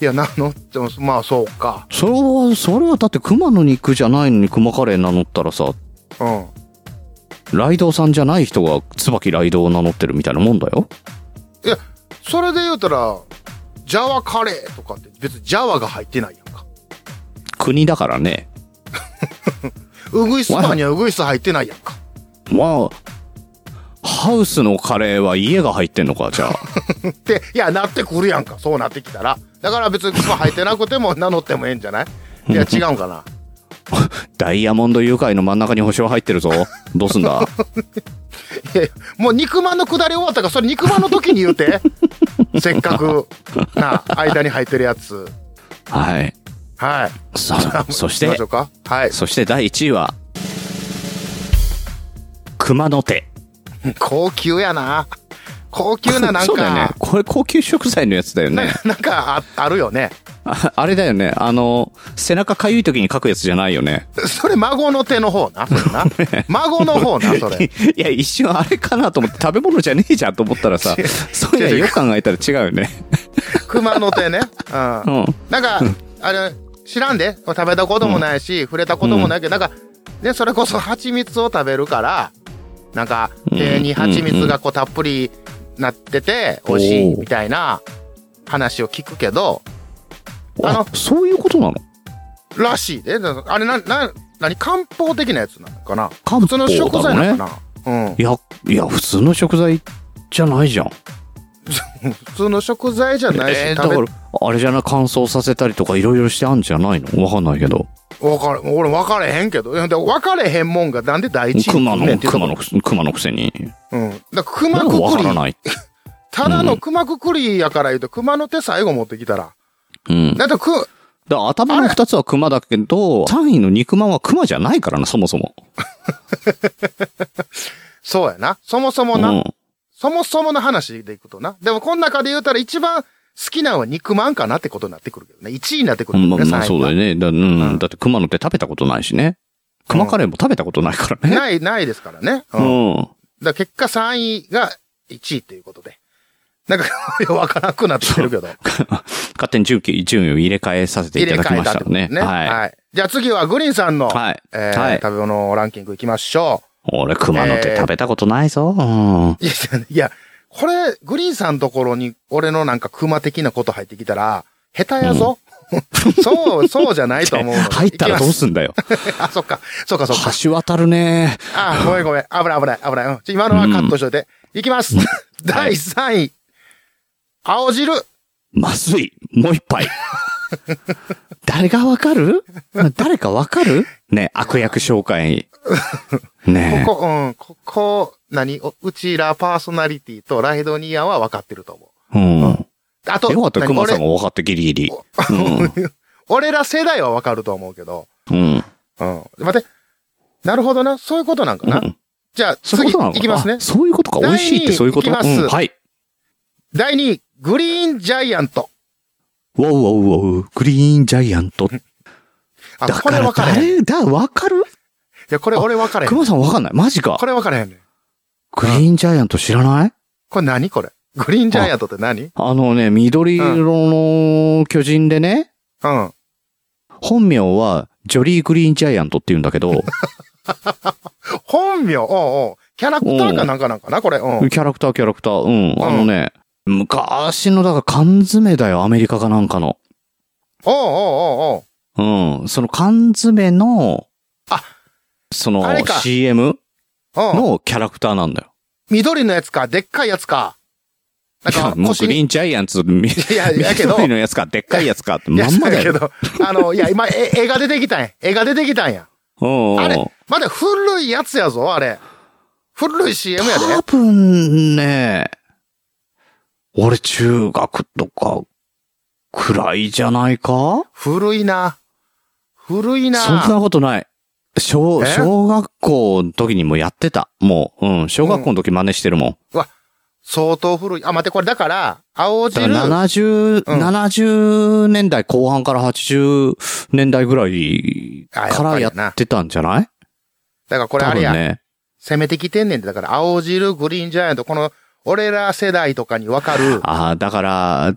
いや、なのっても、まあそうか。
それは、それはだってクマの肉じゃないのにクマカレー名乗ったらさ、
うん。
ライドウさんじゃない人が椿ライドウを名乗ってるみたいなもんだよ。
それで言うたら、ジャワカレーとかって別にジャワが入ってないやんか。
国だからね。
ウグイスパンにはウグイス入ってないやんか。
まあ、ハウスのカレーは家が入ってんのか、じゃ あ。
って、いや、なってくるやんか。そうなってきたら。だから別にクマ入ってなくても名乗ってもええんじゃないいや、違うんかな。
ダイヤモンド誘拐の真ん中に保証入ってるぞ。どうすんだ
いやもう肉まんの下り終わったから、それ肉まんの時に言うて。せっ かく、な、間に入ってるやつ。
はい。
はい。
さあ、そして
行きましょ、うか。はい。
そして第1位は、熊の手。
高級やな。高級ななん
そうだよね
か。、
これ高級食材のやつだよね。
なんかあ、あるよね。
ああれだよね。あの、背中かゆい時に書くやつじゃないよね。
それ孫の手の方 な。それな孫の方な、それ。
いや、一瞬あれかなと思って、食べ物じゃねえじゃんと思ったら さ、そういや、よく考えたら違うよね。
熊の手ね。うん。なん
うん。
か、あれ、知らんで。食べたこともないし、触れたこともないけど、なんか、ね、それこそ 蜂蜜を食べるから、なんか、手に蜂蜜がこうたっぷりなってて、美味しいみたいな話を聞くけど、あ
あ
の、
そういうことなの
らしいで。あれ、な、な、何漢方的なやつなのかな
漢
普通の食材なの
ね。
かなうん。
いや、いや、普通の食材じゃないじゃん。
普通の食材じゃないし、
えーだ
食べ
から、あれじゃない、乾燥させたりとかいろいろしてあんじゃないのわかんないけど。
わかる、俺分かれへんけど。いやでも分かれへんもんがなんで第一位
熊
ね
の、
っていうとこ
熊のくせ、熊のくせに。
うん。だから熊
なんか
く
わ
く
から
り。
ない。
ただの熊くくりやから言うと、熊の手最後持ってきたら。
うん。だ
だってく、
から頭の二つは熊だけど、三位の肉まんは熊じゃないからな、そもそも。
そうやな。そもそも
う
な。
ん。
そもそもの話でいくとな。でもこの中で言うたら一番好きなのは肉まんかなってことになってくるけどね。1位になってく
う
るけ
んま
ど
あ
ね、
まあ、
三位
そう
が
だよね。だ,、うん
うん
だって熊の手食べたことないしね。熊カレーも食べたことないからね。
ない、ないですからね。う。
うん
だ
ん。
から結果3位が1位ということで。なんか、 分からなくなってきてるけど。
勝手に順位順位を入れ替えさせていただきましたね。
入れ替えたってこと
はい。はい。
い。じゃあ次はグリーンさんの、
はい
えー
はい
食べ物ランキングいきましょ
俺、熊の手食べたことないぞ。うん
う。いや、いや、これ、グリーンさんのところに、俺のなんか熊的なこと入ってきたら、下手やぞ。 そう、そうじゃないと思うので。
入ったらどうすんだよ。
いきます あ、そっか。そっかそっか。
橋渡るね。
あ、ごめんごめん。危ない危ない危ないうん。ちょ今のはカットしといて。いきます。 第3位。青汁。
まずい。もう一杯。 誰がわかる誰かわかるねえ悪役紹介。ね
ここ、うん、ここ、何おうちらパーソナリティとライドニアは分かってると思う。
え。うん。
あと、
よかった、
何
熊さんが分かってギリギリ。
俺俺ら世代はわかると思うけど。
うん。
うん。待って。なるほどな。そういうことなんかな。
うん
じゃあ、
そういう
次、
ことなの
い
か
きますね
あ。そういうことか。美味しいってそういうこと
第二位いき
うん
ます
はい。
第2位、グリーンジャイアント。
ウォウウォウウォウ、グリーンジャイアント。
あ、
だ
こ
か
れ
ら
分からへん。い
誰だ、わかる
や、これ俺分からへん。
熊さんわかんないマジか
これ分からへんねん。
グリーンジャイアント知らない
これ何これグリーンジャイアントって何
あのね、緑色の巨人でね、
うん。
本名はジョリー・グリーンジャイアントって言うんだけど、
本名、おうおうキャラクターかなんかなんかなこれ。うん。
キャラクター、キャラクター、うん、あのね、昔の、だから缶詰だよ、アメリカかなんかの。
おうおうおうおう
うん、その缶詰の、
あ
その
あれか
CM
おう
のキャラクターなんだよ。
緑のやつか、でっかいやつか。なん
いや
か、
もう
腰
グリ
に。
ーンジャイアンツ、み
いや、やけど、
緑のやつか、でっかいやつかって、
いや
まんまだ
やけ
よ。
ど、あの、いや、今、え絵が出てきたんや。絵が出てきたんや。
うんうん
あれ、まだ古いやつやぞ、あれ。古い CM やで。
多分ね、俺中学とか、くらいじゃないか
古いな。古いな。
そんなことない。小、
え
小学校の時にもやってた。もう、うん、小学校の時真似してるもん。
相当古い。あ、待って、これだから、青
だか
汁。
ら70、
うん
70年代後半から80年代ぐらい
あやっ
か
ぱ
ら
り
や
やな
ってたんじゃない
だからこれ
多
あれ
分
や、
ね。
攻めてきてんねんて。だから、青汁、グリーンジャイアント、この、俺ら世代とかにわかる。
ああ、だから、
う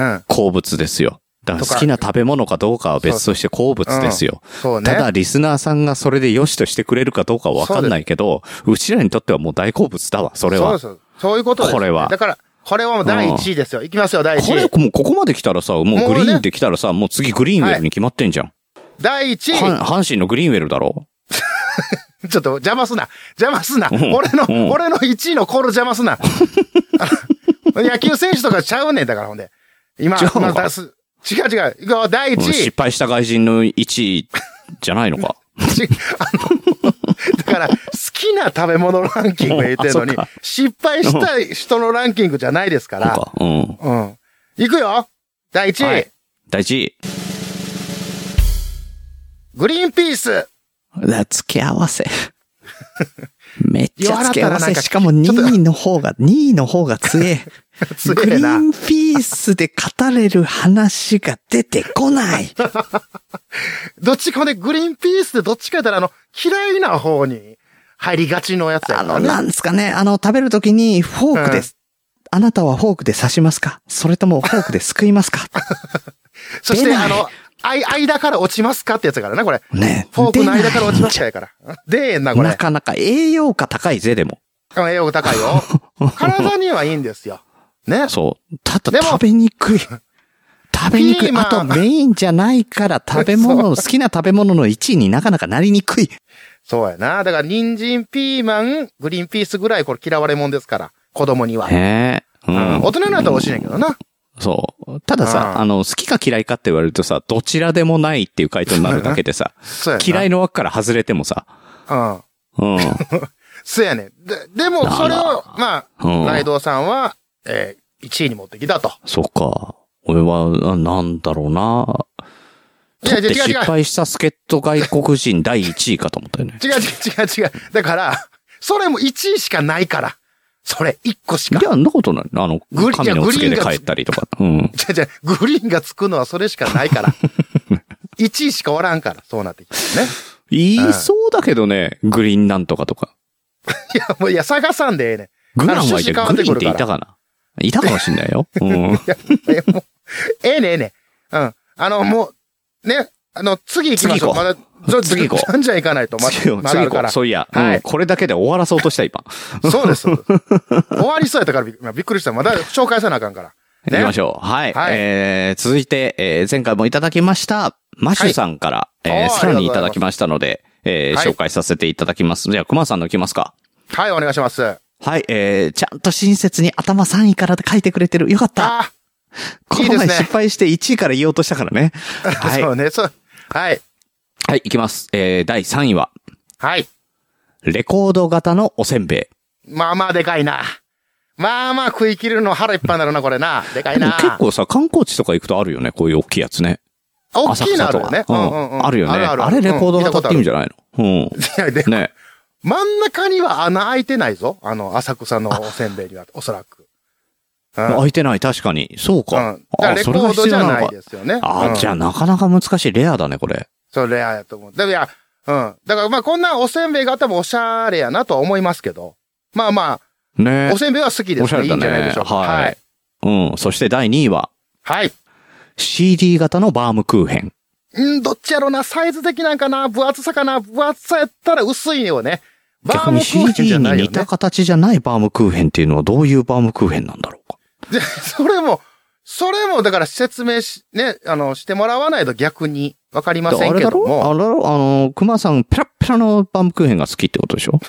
ん。
好物ですよ。だから
とか
好きな食べ物かどうかは別として好物ですよ。
そうね。
ただ、リスナーさんがそれで良しとしてくれるかどうかはわかんないけど、うちらにとってはもう大好物だわ、それは。
そうそう。そういうことです
これは
だから、これはもう第一位ですよ。いきますよ、第一
これ、
位。
もうここまで来たらさ、もうグ
もうね
リーンで来たらさ、もう次グリーンウェルに決まってんじゃん。
第一位。
は阪神のグリーンウェルだろ
ちょっと邪魔すな。邪魔すな。
うん
俺の、
うん
俺の1位のコール邪魔す な。あの野球選手とかちゃうねんだから、ほんで。今、
違うの
今
か
出す。違う違う。いくよ第1
うん
位
失。敗した外人の1位じゃないの か。
ちあの、だから、好きな食べ物ランキング言ってんのに
あそっか、
失敗したい人のランキングじゃないですか
そう
ら。
か。うん。
うん。いくよ第1位、
はい第1位。
グリーンピース。
だ付け合わせ。めっ
ちゃ付け合わせしか
も
2
位の方が、2位の方が強え。
強えな。
ピースで語れる話が出てこ ない。
どっちかほんで、グリーンピースってどっちかやったら、あの、嫌いな方に入りがちのやつや
あ
から
の、
ね。
なんですかね、あの、食べるときにフォークです。あなたはフォークで刺しますかそれともフォークですくいますか
そして、
出ない
あの、あい、間から落ちますかってやつやからな、これ。
ね
フォークの間から落ちま
し
した やから。出えんな、こ
な
れ。
かなか栄養価高いぜ、でも。
うん栄養高 いよ。体にはいいんですよ。ね。
そう。た
で
だ
も
食べにくい。食べにく
ピ
い
ー。マン
あと メインじゃないから食べ物の、好きな食べ物の1位になかなかなりにくい。
そうやな。だから、人参、ピーマン、グリーンピースぐらい、これ嫌われもんですから。子供には。
へえ。う
うん大人になったら美味しいねんけどな。
そう。ただ
うん
さ、あの、好きか嫌いかって言われるとさ、どちらでもないっていう回答になるだけで さ、
そうやな。
嫌
い。
いの枠から外れてもさ、
うん。
うん。
そうやねん。で、でも、それ
な
を、ま
うん
あ、ライドウさんは、えー、1位に持ってきたと。
そっか。俺は、ななんだろうな。
いや
取って
違う違う違う
失敗した助っ人外国人 第1位かと思ったよね。
違う違う違う違う。だから、それも1位しかないから。それ、1個しか
い。や、そんなことない。あの
グ、リ
神の付けで帰ったりとか。うん。
じゃじゃグリーンがつくのはそれしかないから。1位しかおらんから、そうなってきてね。
言いそうだけどね、グリーンなんとかとか。
いや、 もう、いや、探さんでええねん。
グランはい
趣
て、
旨変わっ
グ
て
リー
く
ンっ
る
て
か
い
ら
たかないたかもしんないよ。 うん。
え、もう、ええねんええねん。うん。あの、もう、ね、あの、次行きましょ
次行こ
う。まだ、ちょ
次行こう
じゃんじゃん行かないと、ま
次
だ、
よ
まだあ
次
るか
こ
ら。
う。
そ
そ
う
ういや、
は
う
い
ん。これだけで終わらそうとした、今。
です。そうです終わりそうやったからびっくり、まあびっくりした。まだ紹介せなあかんから。
行きましょう。はい。
はい
えー、続いて、えー、前回もいただきました、マシュさんから、え
おー
ー、さらにい
ありがとうございます
ただきましたので、えー、
はい
紹介させていただきます。じゃあ、熊さんの行きますか。
はい、お願いします。あ
はい、えー、ちゃんと親切に頭3位から書いてくれてる。よかった。
あ
こ
いい
の
ですね
前失敗して1位から言おうとしたから ね。
ー、
はい。
そ
は
うね、そう。はい。
い、行きます。えー、第3位は、
はい。
レコード型のおせんべい。
まあまあでかいな。まあまあ食い切るの腹いっぱいになるな、これな。でかい
でも
な。
結構さ、観光地とか行くとあるよね。こういう大きいやつね。
大きいのあるよ
浅草。
ね
とかうん。あるよね。あれレコード型って意味じ
ゃ
ゃないの
いや、で
うん。ね。
真ん中には穴開いてないぞ。あの、浅草のおせんべいには、おそらく。うん
開いてない、確かに。そう
う
か
ん。だから
あ
レ
そ
コ
れが
ード
必
じ
要
ゃ
な
な
の
い
か
ですよね。
あ
うん
じゃあなかなか難しい。レアだね、これ。
それレアやと思う。だからいや、うん。だからまあこんなおせんべいがあってもおしゃれやなとは思いますけど。まあまあ、
ね
おせんべいは好きで
お
す
しゃ
ね。
れ
いい
だ
んじゃないで
ね
しょう。か。
は。い。うん。そして第2位は、
はい。
CD 型のバームクーヘン。
うん、どっちやろうな、サイズ的なんかな、分厚さかな、分厚さやったら薄いよね。バー
逆
ム
に
クーヘンじ
CD
ゃ
に
ないよ
似
ね
た。形じゃないバームクーヘンっていうのはどういうバームクーヘンなんだろうか。
で、 それも、それもだから説明し、ね、あの、してもらわないと逆にわかりませ
あ
ん
れ
け
だ
ど
ろ
も。
あれだろあの、熊さん、ペラッペラのバームクーヘンが好きってことでしょ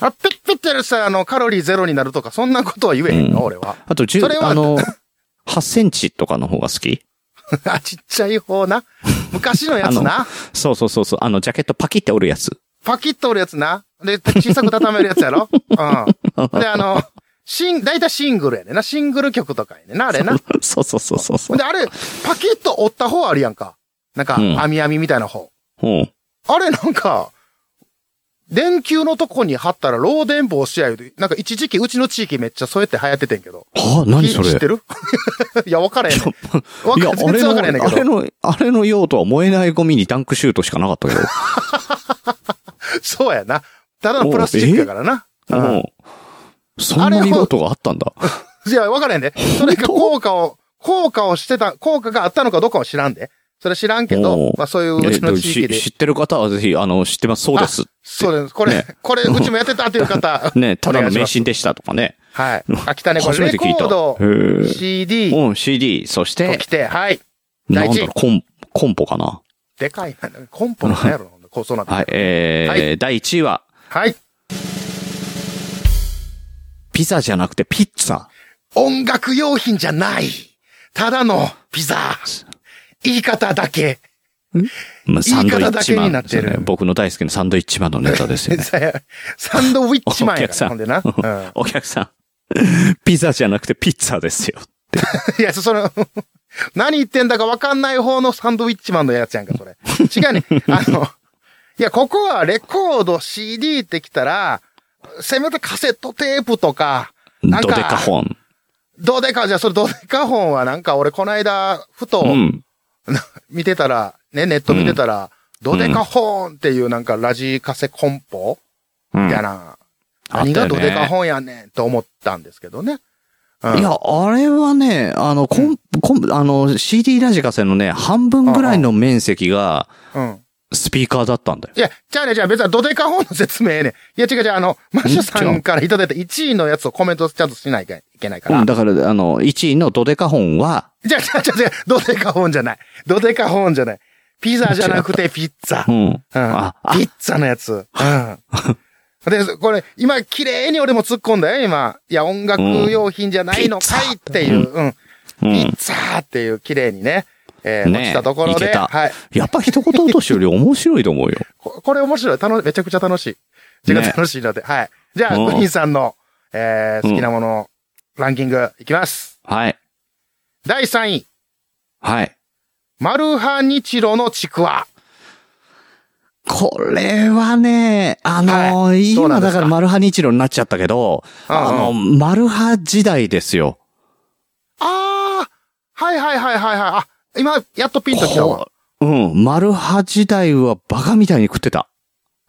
あ、ペッペッてやるさ、あの、カロリーゼロになるとか、そんなことは言えへんの、
うん
俺は。
あと
それ
10、
は
あの、8センチとかの方が好き
あ、ちっちゃい方な。昔のやつな。
そうそうそうそう。あの、ジャケットパキって折るやつ。
パキッと折るやつな。で、小さく畳めるやつやろ。うん。で、あの、シン、大体シングルやねんな。シングル曲とかやねんな、あれな。
そうそうそうそうそ
ほんで、あれ、パキッと折った方あるやんか。なんか、
うん
網網みたいな方。
う。うん。
あれ、なんか、電球のとこに貼ったら、漏電防止やいうてなんか一時期、うちの地域めっちゃそうやって流行っててんけど。
はあ、何
き
それ
知ってる いや、分からへんねん。わ
いや、
か全
あれ
然分からへんねん
の、あ
け
れ
ど。
の、あれの用途は燃えないゴミにダンクシュートしかなかったけど。
そうやな。ただのプラスチックやからな。 うん
うん。そんな見事があったんだ。
いや、分からへんで、それが効果を、効果をしてた、効果があったのかどうかは知らんで。それ知らんけ
お
ど
う、
まあそういううちの
え
地域
し
で。
知ってる方はぜひ、あの、知ってます。そうです。
そうです。これ、
ね
これ、うちもやってたっていう方。
ね、ただの
お願いし
迷
ます
信でしたとかね。
はい。秋田ね、こ
初
れ、
めて
レコ
聞いた。
ード、
へえ
CD
うん、CD。そし
と
て
来、て、はい。
な
第
ん
一
だろう、コン、コンポかな。
でかいな。コンポの何や ろ、こうそうなって。
はい、え
は
ー、第1位は、
はい。
ピザじゃなくてピッツァ。
音楽用品じゃない。ただのピザ。言い方だけ。
まあ、サンドイ
言い方
ッ
だ
チ
け
マ
に
ン
なっ
です
て
よ
る
ね。僕の大好きなサンドイッチマンのネタですよ ね。
サンドウィッチマンや
お客
か
さん
ら、ほん でな。うん
お客さん、ピザじゃなくてピッツァですよ。
いや、その、 何言ってんだか分かんない方のサンドウィッチマンのやつやんか、それ。違 うね。あの、いや、ここはレコード、CD ってきたら、せめてカセットテープとか、なん
ド
か、
デカホン。
どうでか、じゃあそれどうでか本はなんか俺この間、ふと
うん。
見てたら、ね、ネット見てたら、どうでか本っていうなんかラジカセコンポ
うん
やな。
あったよね
何がどでか本やねんと思ったんですけどね。うん
いや、あれはね、あの、コン、コン、あの、CD ラジカセのね、半分ぐらいの面積が
うん。
スピーカーだったんだよ。
いや、じゃあね、じゃあ別にドデカ本の説明ええねん。いや、違う違う、あの、マッシュさんからいただいた1位のやつをコメントちゃんとしないといけないから。
うん、だから、あの、1位のドデカホンは、
じゃあ、じゃあ、じゃあ、じゃあドデカ本じゃない。ドデカ本じゃない。ピザじゃなくてピッツ
う
ァ。うん。
ん。あ、あ
ピ、ッツァのやつ。うん。で、これ、今、綺麗に俺も突っ込んだよ、今。いや、音楽用品じゃないのかいっていう、うん。
う
ピ
ん
ッ。ツァっていう、綺麗にね、えー、
ね
落ちたところ
い
で、
けた
はい。
やっぱ一言落としより面白いと思 うよ。
ここれ面白い。楽めちゃくちゃ楽しい。時間
ね
楽しいので。はい。じゃあ、
うん
グリーンさんの、えー、
うん
好きなもの、ランキングいきます。
はい。
第3位、
はい。
マルハニチロのちくわ。
これはね、あの、
はいどうな
今
んで
だ
す
か
か
らマルハニチロになっちゃったけど、
うんうん
あの、マルハ時代ですよ。
あーはいはいはいはいはい。あ、今、やっとピンときたわ。
こううん、マルハ時代はバカみたいに食ってた。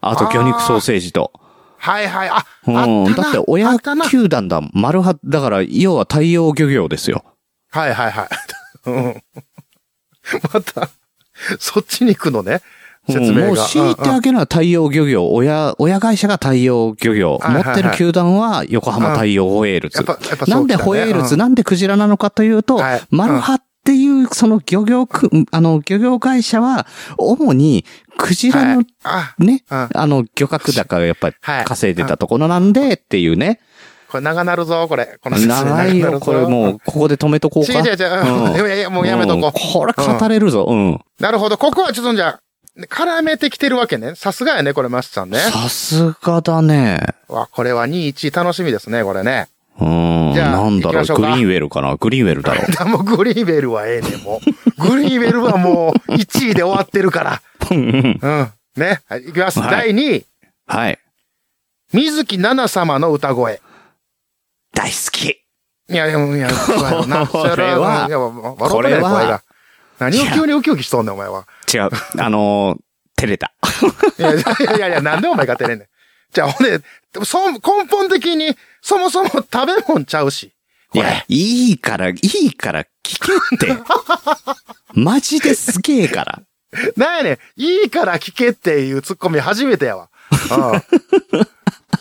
あと
あー
魚肉ソーセージと。
はいはい。あ、あ
うん、
ったな
だって
あ
親
ったな
球団だ。マルハ、だから、要は太陽漁業ですよ。
はいはいはい。 うん。また、そっちに行くのね。
う
説
ん
明
もう
が。
強いて
うんう
あ
ん
げるのは太陽漁業。親、親会社が太陽漁業。
はいはいはい
持ってる球団は横浜太陽ホエールズ。
やっぱやっぱそうきたね
なんでホエールズ、
うん
なんでクジラなのかというと、
はい
マルハっていうその漁業く、あの、漁業会社は、主にクジラの
はいあ、
ね、
うん
あの、漁獲高がやっぱり
はい
稼いでたところなんでっていうね。
これ長なるぞ、これ。この説明
長い
なる
よ、
ぞ
これもう、ここで止めとこうか。
違う違う違ううんいやいやもうやめとこうん
これ語れるぞ、うん。
なるほど。ここはちょっとじゃあ、絡めてきてるわけね。さすがやね、これ、マスさんね。
さすがだね。
わ、これは2、1楽しみですね、これね。
うん。
じゃあ
なんだろ
行きま
う、
しょう
グ
か
リーンウェルかなグリーンウェルだろう。
もうグリーンベルはええねん、もう。グリーンベルはもう1位で終わってるから。うん。ね。はい、いきます。
はい
第2位。
はい。
水木奈々様の歌声。
大好き。
いや、いや、いや、そうやろ な。
これは
それうんいやもう笑うてない
これは
声が何を急にウキウキしとんねん、お前は。
違う。あのー、照れた。
いやいやいやいや、なんでお前が照れんねん。じゃあ、ほんで、そ、根本的に、そもそも食べ物ちゃうし。
い
こ
や
れ。、
いいから、いいから、聞け って。マジですげえから。
なんやねん、いいから聞けっていうツッコミ初めてやわ。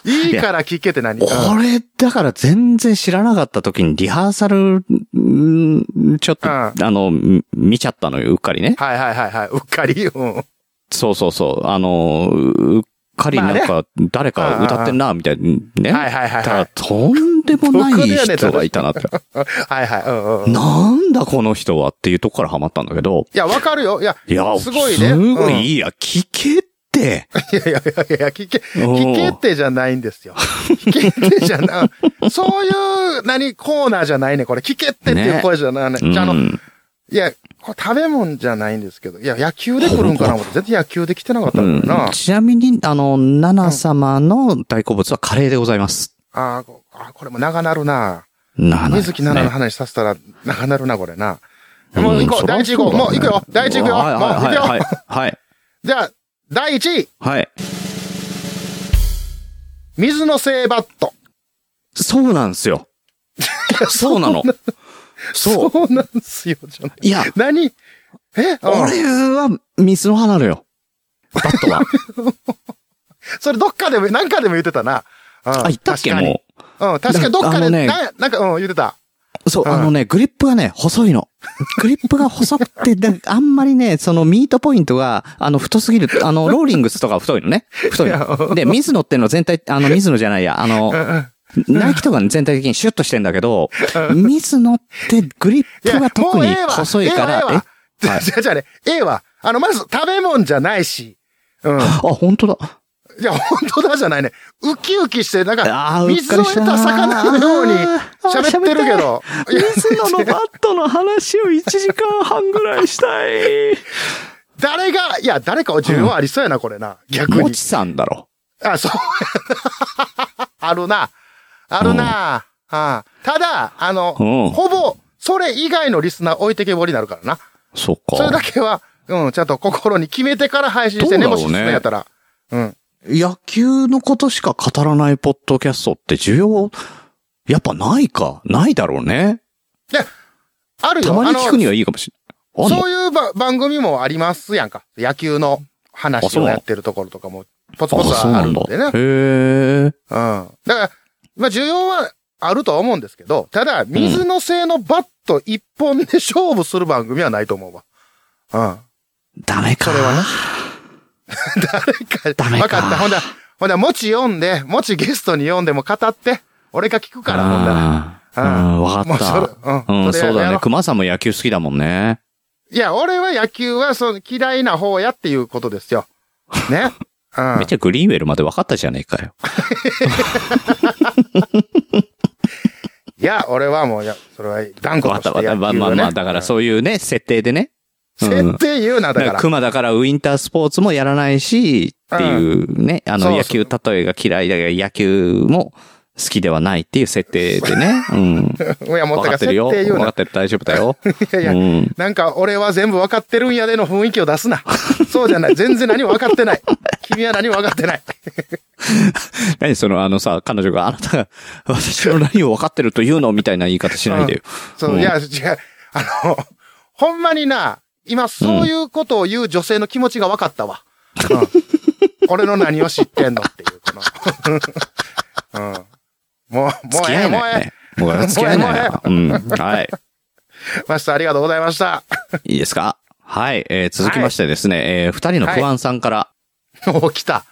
うん。いいから聞けって何うん
俺、だから全然知らなかった時にリハーサル、んちょっと、
うん
あの、み見ちゃったのよ、うっかりね。
はいはいはいはい。うっかり。うん。
そうそうそう。あの、うっかり
まあね
なんか、誰か歌ってんな、みたいなね。
はいはいはいはい
ただ、とんでもない人がいたなって。
はいはい。うんうんうん。い
なんだこの人はっていうとこからハマったんだけど。
や、わかるよ。いや、
いや、
すごいね。
すご
うん
いいいや、聞けって。
いやいやいやいや、聞け、
おー
聞けってじゃないんですよ。聞けってじゃな、そういう、何、コーナーじゃないね、これ。聞けってっていう声じゃないね。
うん
じゃあ、あの、いや、これ食べ物じゃないんですけど、いや、野球で来るんかな思って、絶対野球で来てなかった
うんん
だよな。あ
ちなみに、あの、ナナ様の大好物はカレーでございます。
ーこあー、これも長なるな。
ナナですね。
水木奈々の話させたら長なるな、これな。
ん
もう行こう、
そりゃ
第一行こう。
そうだ
も
ね
う行くよ、第一行くよ。もう
はいはい
行くよ。
はいはい。
じゃあ、第一位、
はい。はい。
水のせいバット。
そうなんですよ。そう なの。そう。
そうなんすよ、じゃない。
いや、
何えうん
俺は水の花なのよ。バットは。
それどっかでも、なんかでも言ってたな。うん、
あ、言ったっけ
確かに
も
うん、確かにどっ
あ
かで、
のね
ななんか、うん、言ってた。
う。そう、
うん
あのね、グリップがね、細い の。グリップが細くて、だあんまりね、そのミートポイントが、あの、太すぎる。あ の、ローリングスとか太いのね。太いの。で、水野ってのは全体、あの、水野じゃないや、あ の、ナイキとかね全体的にシュッとしてんだけど、水野ってグリッ
い
プが特
もう
に
ええわ
細いか
ええわ
ら、
ええ
は
わ
い
じゃあ、じゃあね、ええわ。あの、まず、食べ物じゃないし。うん。
あ、本当だ。
いや、本当だじゃないね。ウキウキして、なん
あ
か、
ーうっか
水を
り
得
したな
た魚のように
あー
喋ってるけど。いや
水野のバットの話を1時間半ぐらいしたい。
誰が、いや、誰か自分はありそうやな、これな。逆
も
に
ち。さんだろ。
あ、そう。 あるな。あるな。あただ、あの、
うん
ほぼ、それ以外のリスナー置いてけぼりになるからな。
そっか。
それだけは、うん、ちゃんと心に決めてから配信して
どうだ
ね、
ろ
も
う
し
ね
進めんやったら。うん。
野球のことしか語らないポッドキャストって需要、やっぱないか。ないだろうね。
あるよ。
たまに聞くにはいいかもしれな
あの
い。あんの
そういうば番組もありますやんか。野球の
あ
話
そう
を
なの
やってるところとかも、ポツポツはあるんでね。うん。だ
へー。
から、まあ、需要はあるとは思うんですけど、ただ、水の性のバット一本で勝負する番組はないと思うわ。うん。
ダメか。
それはね誰
ダメか
わかった。ほんだ、ほんだ、もち読んで、もちゲストに読んでも語って、俺が聞くから、ほんだら。
あーうん、わかっ
もうそ
た。
れうん
うん、
それ
そうだ
や
ね
ろ。
熊さんも野球好きだもんね。
いや、俺は野球はその嫌いな方やっていうことですよ。 ね。うん
めっ。ちゃグリーンウェルまで分かったじゃねえかよ。
いや、俺はもう、いや、それは断固
わかっ
と
た
し
わ
て
かった。
野球
ま
は
あ
ね
まあまあ、だからそういうね、設定でね。うん
設定言うな、だから。
熊だからウィンタースポーツもやらないし、っていうね、あの
そう
野
そう
球例えが嫌いだけど、野球も好きではないっていう設定で ね。うん。
いや、もう
分かっ
だから
て
設
るよ。
定言
分
う
かっ
な。
てる。大丈夫だよ。
いやいや、
うん
なんか俺は全部分かってるんやでの雰囲気を出すな。そうじゃない。全然何も分かってない。君は何も分かってない。
何その、あのさ、彼女があなたが私の何を分かってると言うのみたいな言い方しないでよ。
そう、
うん
いや、違う。あの、ほんまにな、今そういうことを言う女性の気持ちが分かったわ。うん、俺の何を知ってんのっていう、この。うん。もう、も
付
う
き
え
合
え、
え
もう
ないよ
え
ね。もう付き合えないな。うん。はい。
え。マスターありがとうございました。
いいですかはい。えー続きましてですね、えー二人の不安さんから、
もう来た。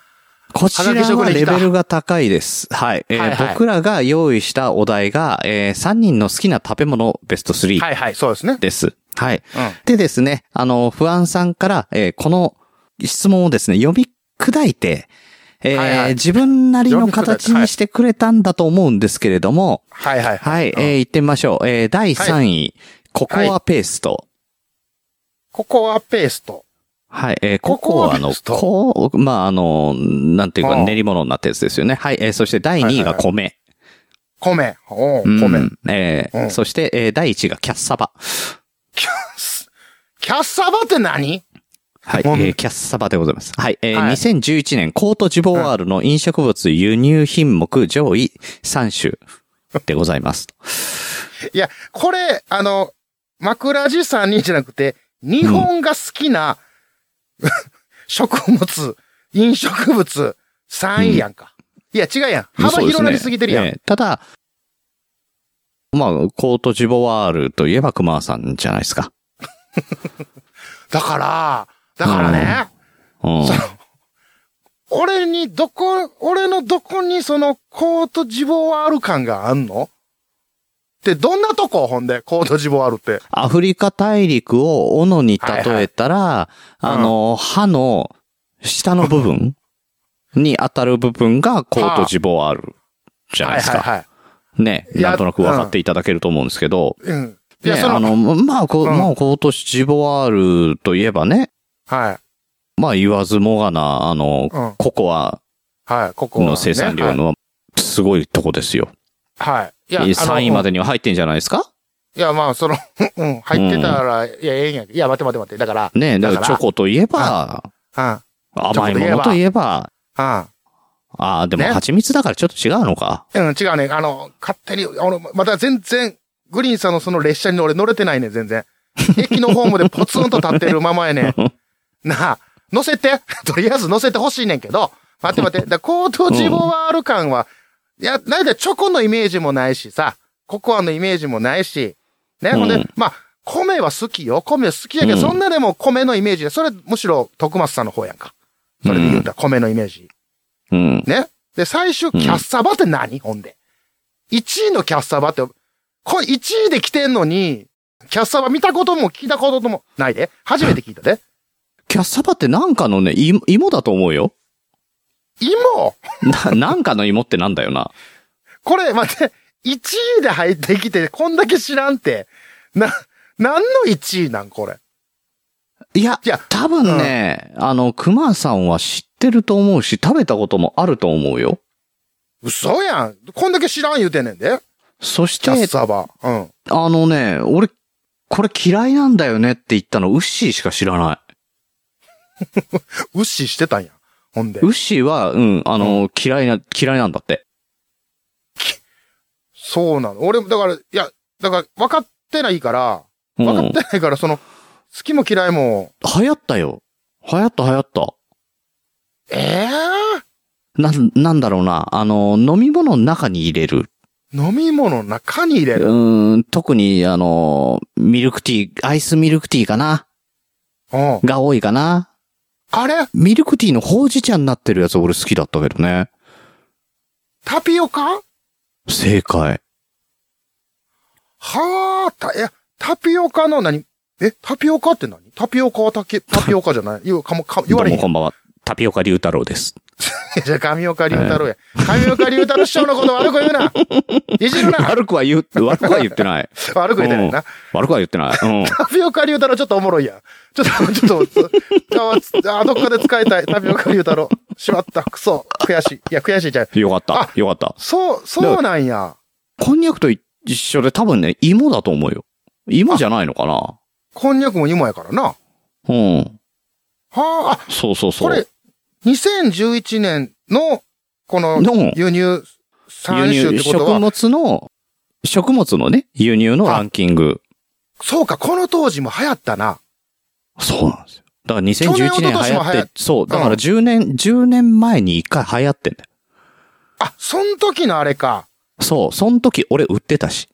こちらはレベルが高いです。はい。えー
はいはい
僕らが用意したお題が、え3人の好きな食べ物ベスト3
はいはい、そうですね。
です。はい。
うん
でですね、あの、不安さんから、えーこの質問をですね、読み砕いて、えー
はいはい
自分なりの形
読み砕いては
に
い
してくれたんだと思うんですけれども、
はいはい。
はい、
うん
えー行ってみましょう。えー第3位、ココアペースト。
ココアペースト。
はい、えーココアの、
ココアペースト
こう、まあ、あの、なんていう
う
か
ん
練り物になったやつですよね。はい、えーそして第2位が米。
米。おう
うん
米。
えー
うん
そして、えー第1位がキャッサバ。
キキャッサバって何
はい、え
もう
ーキャッサバでございます。はい、えー
はい
2011年、コートジボワールの飲食物輸入品目上位3種でございます。
いや、これ、あの、枕地3人じゃなくて、日本が好きな、食物、飲食物、3位やんか。いや、違うやん。幅広なりすぎてるやん。
そうですねええただ、まあ、コートジボワールといえば熊さんじゃないですか。
だから、だからね、
うん。
俺にどこ、俺のどこにそのコートジボワール感があんのってどんなとこほんで、コートジボワールって。
アフリカ大陸を斧に例えたら、あの、歯の下の部分に当たる部分がコートジボワールじゃない
はい
です
はい
か。
はい。
ね。
いや
なんとなく分かっていただけると思うんですけど、
うん。い
ね、
や、そ
あ
の、
の、まあ、こう、
うん
まあ、コートジボワールといえばね、
はい。
まあ、言わずもがな、あの、
うん
ココア
はい、ここ、ね。
の生産量の、すごいとこですよ。
はい。はい。い
え
や、
ー3位ま
で。
でには入ってんじゃないですか
いや、まあ、その、 うん、入ってたら、いや、ええんや。いや、待って待って待って。だから、
ねだからチ
だから
ョコといえば、
うん、
甘いものといえば、ああ、でも
ね
蜂蜜だからちょっと違うのか。
うん。うん、違うね。あの、勝手に、俺、まだ全然、グリーンさんのその列車に俺乗れてないね ん、全然。駅のホームでポツンと立ってるままやねん。なあ、乗せて、 とりあえず乗せてほしいねんけど、待って待って、だ高等ジボワール感は、いや、なんでチョコのイメージもないしさ、ココアのイメージもないし、ね、ほん
う
で
ん、
まあ、米は好きよ。米は好きやけど、
うん
そんなでも米のイメージで、それむしろ徳松さんの方やんか。それで言うたら米のイメージ。
うん。
ね。で、最終、キャッサバって何、ほんで。1位のキャッサバって、これ1位で来てんのに、キャッサバ見たことも聞いたこともないで。初めて聞いたで。
キャッサバってなんかのね、い芋だと思うよ。
芋
な、なんかの芋ってなんだよな。
これ、待って、1位で入ってきて、こんだけ知らんって。な、何の1位なんこれ。
いや、
いや
多分ね、あの、熊さんは知ってると思うし、食べたこともあると思うよ。
嘘やん。こんだけ知らん言うてんねんで。
そし
キャッ
て、
サバ。うん。
あのね、俺、これ嫌いなんだよねって言ったの、ウッシーしか知らない。
ウッシーしてたんや。ほんで
ウ。ッシーは、うん、あの、嫌いな、嫌いなんだって。
そうなの。俺も、だから、いや、だから、分かってないから、
う
分かっ
ん
て。ないから、その、好きも嫌いも、
流行ったよ。流行った流行った。
ええ
なん、なんだろうな。あの、飲み物の中に入れる。
飲み物の中に入れ
う
る。
ーん、特に、あの、ミルクティー、アイスミルクティーかな
うん。
が多いかな。
あれ
ミルクティーのほうじ茶になってるやつ俺好きだったけどね。
タピオカ
正解。
はあ、た、いや、タピオカの何え、タピオカって何タピオカはタケ、タピオカじゃ ない言うかも、か、言われへん。
んばんは。タピオカ龍太郎 です。
じゃあ、神岡龍太郎や。神岡龍太郎師匠のこと悪く言う な。いじるな。
悪くは言う、悪くは言ってない。
悪く言ってないな。
悪くは言ってない。うん。
タピオカ龍太郎ちょっとおもろいやん。ちょっと、ちょっと、あ、あどっかで使いたい。タピオカ龍太郎。しまった。くそ。悔しい。いや、悔しいじゃん。
よかっ
あ
た。よかった。
そう、そうなんや。
こんにゃくと一緒で多分ね、芋だと思うよ。芋じゃないのかな
こんにゃくも芋やからな。は
うん。
あ、あ、
そうそうそう。
これ、2011年の、この
の、
輸入
輸
3種っ
入、
てこと
食
は、
物の、食物のね、輸入のランキング。
そうか、この当時も流行ったな。
そうなんですよ。だから
去
2011
年
年
一昨年
流
も
行
流
っ、
行って
そう、だか
うん
ら10年、10年前に一回流行ってんだよ。
あ、そん時のあ れか。
そう、その時俺売ってたし。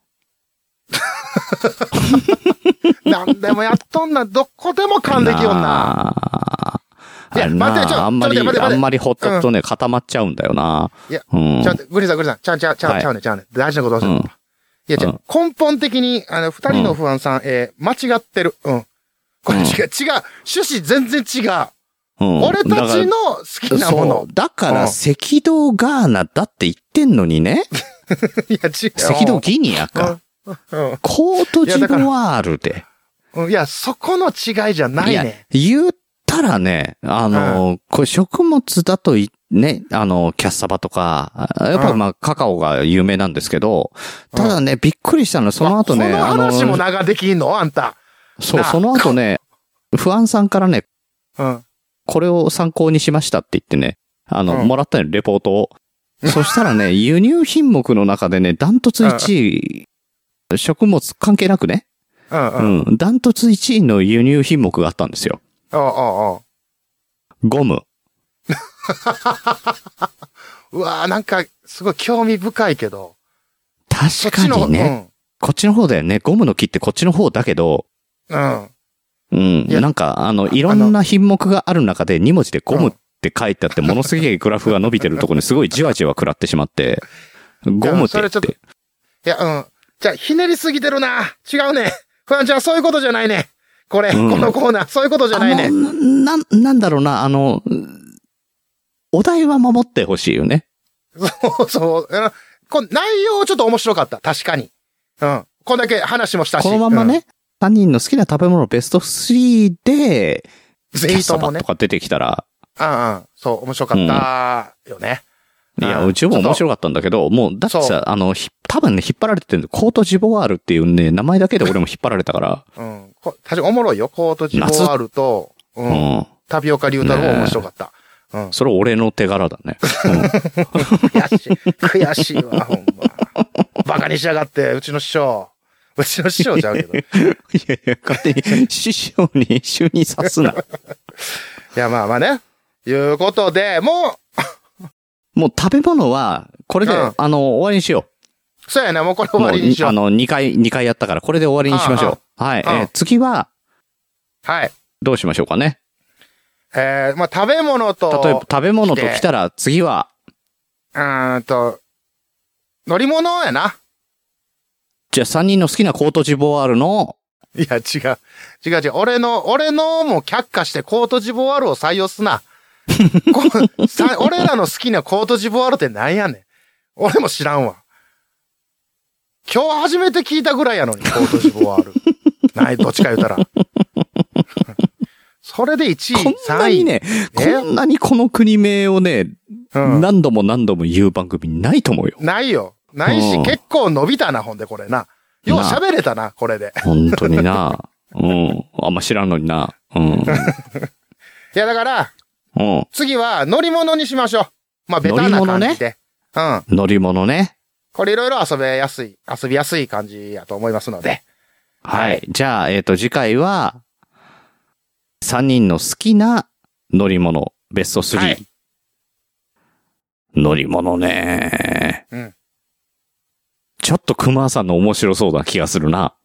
なんでもやっとんな、どこでも噛んできよんな。
あー
いや
あれな
待ってちょ
あんまり、
ちょっと待って
あ
待って
んまりほっとくとね、固まっちゃうんだよな。
いや
うん
ちゃ。んと、グリさん、グリさん、ちゃうちゃうちゃ
は
う
い
ちゃうね、ちゃうね。大事なこと忘れてた。いや、じゃ
うん
根本的に、あの、二人の不安さん、えー間違ってる。うん。これ違う、違う。趣旨全然違う。
うん
俺たちの好きなもの。
だから、
うん
そうだから赤道ガーナだって言ってんのにね。
いや、違う。
赤道ギニアか。
うん
コートジボワールで。
うん。いや、そこの違いじゃないい
や
ね。、
言ったらね、あの、これ食物だとい、ね、あの、キャッサバとか、やっぱ
うん
まあ、カカオが有名なんですけど、ただね、びっくりしたのは、その後ね、
この
あ
話も
の、
長できんのあんた。
そう、
なあ
その後ね、不安さんからね、
うん。
これを参考にしましたって言ってね、あの、
うん
もらったよ、レポートを。そしたら ね、輸入品目の中でね、ダントツ1位、食物関係なくね、
うん。う。
うんん、ダントツ1位の輸入品目があったんですよ。
ああ、ああ。
ゴム。
うわーなんか、すごい興味深いけど。そ
確
っちの
か
方、
にね、こっちの方だよね。ゴムの木ってこっちの方だけど、
うん。うん。
うん、
いや
なんか、あの、いろんな品目がある中で2文字でゴムって書いてあって、ものすげえグラフが伸びてるところにすごいじわじわ食らってしまって、ゴムって
そ
言
れ
っ
ちょっと
て。
いや、うん。じゃあ、ひねりすぎてるな。違うね。不安ちゃん、そういうことじゃないね。これ、
うん
このコーナー、そういうことじゃない
あ
ね。
のな、ななんだろうな、あの、お題は守ってほしいよね。
そうそう。うんこう内容ちょっと面白かった。確かに。うん。こんだけ話もしたし。
このままね、3人の好きな食べ物ベスト3で、
うん。
キ
ぜ
ャ
ひ
スタ
と
バ
もね
と。か出てきたら、
うんうん。そう、面白かったよね。
いや、
うん
うちも面白かったんだけど、もう、だって
そう
さ、あの、ひ多分ね、引っ張られてるんで、コートジボワールっていうね、名前だけで俺も引っ張られたから、
うん。こ確かにおもろいよ。コートジボワールと、う。
うんん。
タピオカリュウタロウ面白かった。うん。
それ俺の手柄だね。
悔しい。悔しいわ、ほんま。バカにしやがって、うちの師匠。うちの師匠ちゃう けど。い
いやいや、勝手 に師匠に就任さすな。
や、まあまあね。いうことで、も
もう食べ物は、これで、
うん
あの、終わりにしよう。
う、そうやね、もうこれ終わりにしよ
も
う。
あの、2回、二回やったから、これで終わりにしましょう。はい。え
う
ー
ん
次は、
はい。
どうしましょうかね。
えー、まあ食べ物と、
例えば、食べ物と
来て
来たら、次は、
うーんと、乗り物やな。
じゃあ3人の好きなコートジボワールの、
いや、違う。違う違う。俺の、俺のもう却下してコートジボワールを採用す な。こさ俺らの好きなコートジボワールってなんやねん。俺も知らんわ。今日初めて聞いたぐらいやのに、コートジ ボワール。ない、どっちか言うたら。 それで1
こ
位、
んな
3位。
にね、
え
こんなにこの国名をね、
うん
何度も何度も言う番組ないと思うよ。
ないよ。ないし、
うん
結構伸びたな、ほんで、これな。よう
なあ
喋れたな、これで。
本当に な。うん。あんま知らんのにな。うん。
いや、だから、
うん。
次は乗り物にしましょう。まあ、ベタな感じで。うん。
乗り物ね。
これいろいろ遊べやすい、遊びやすい感じやと思いますので。
はい。じゃあ、えっ、と、次回は、3人の好きな乗り物、ベスト3。
はい
乗り物ね。
うん
ちょっと熊さんの面白そうな気がするな。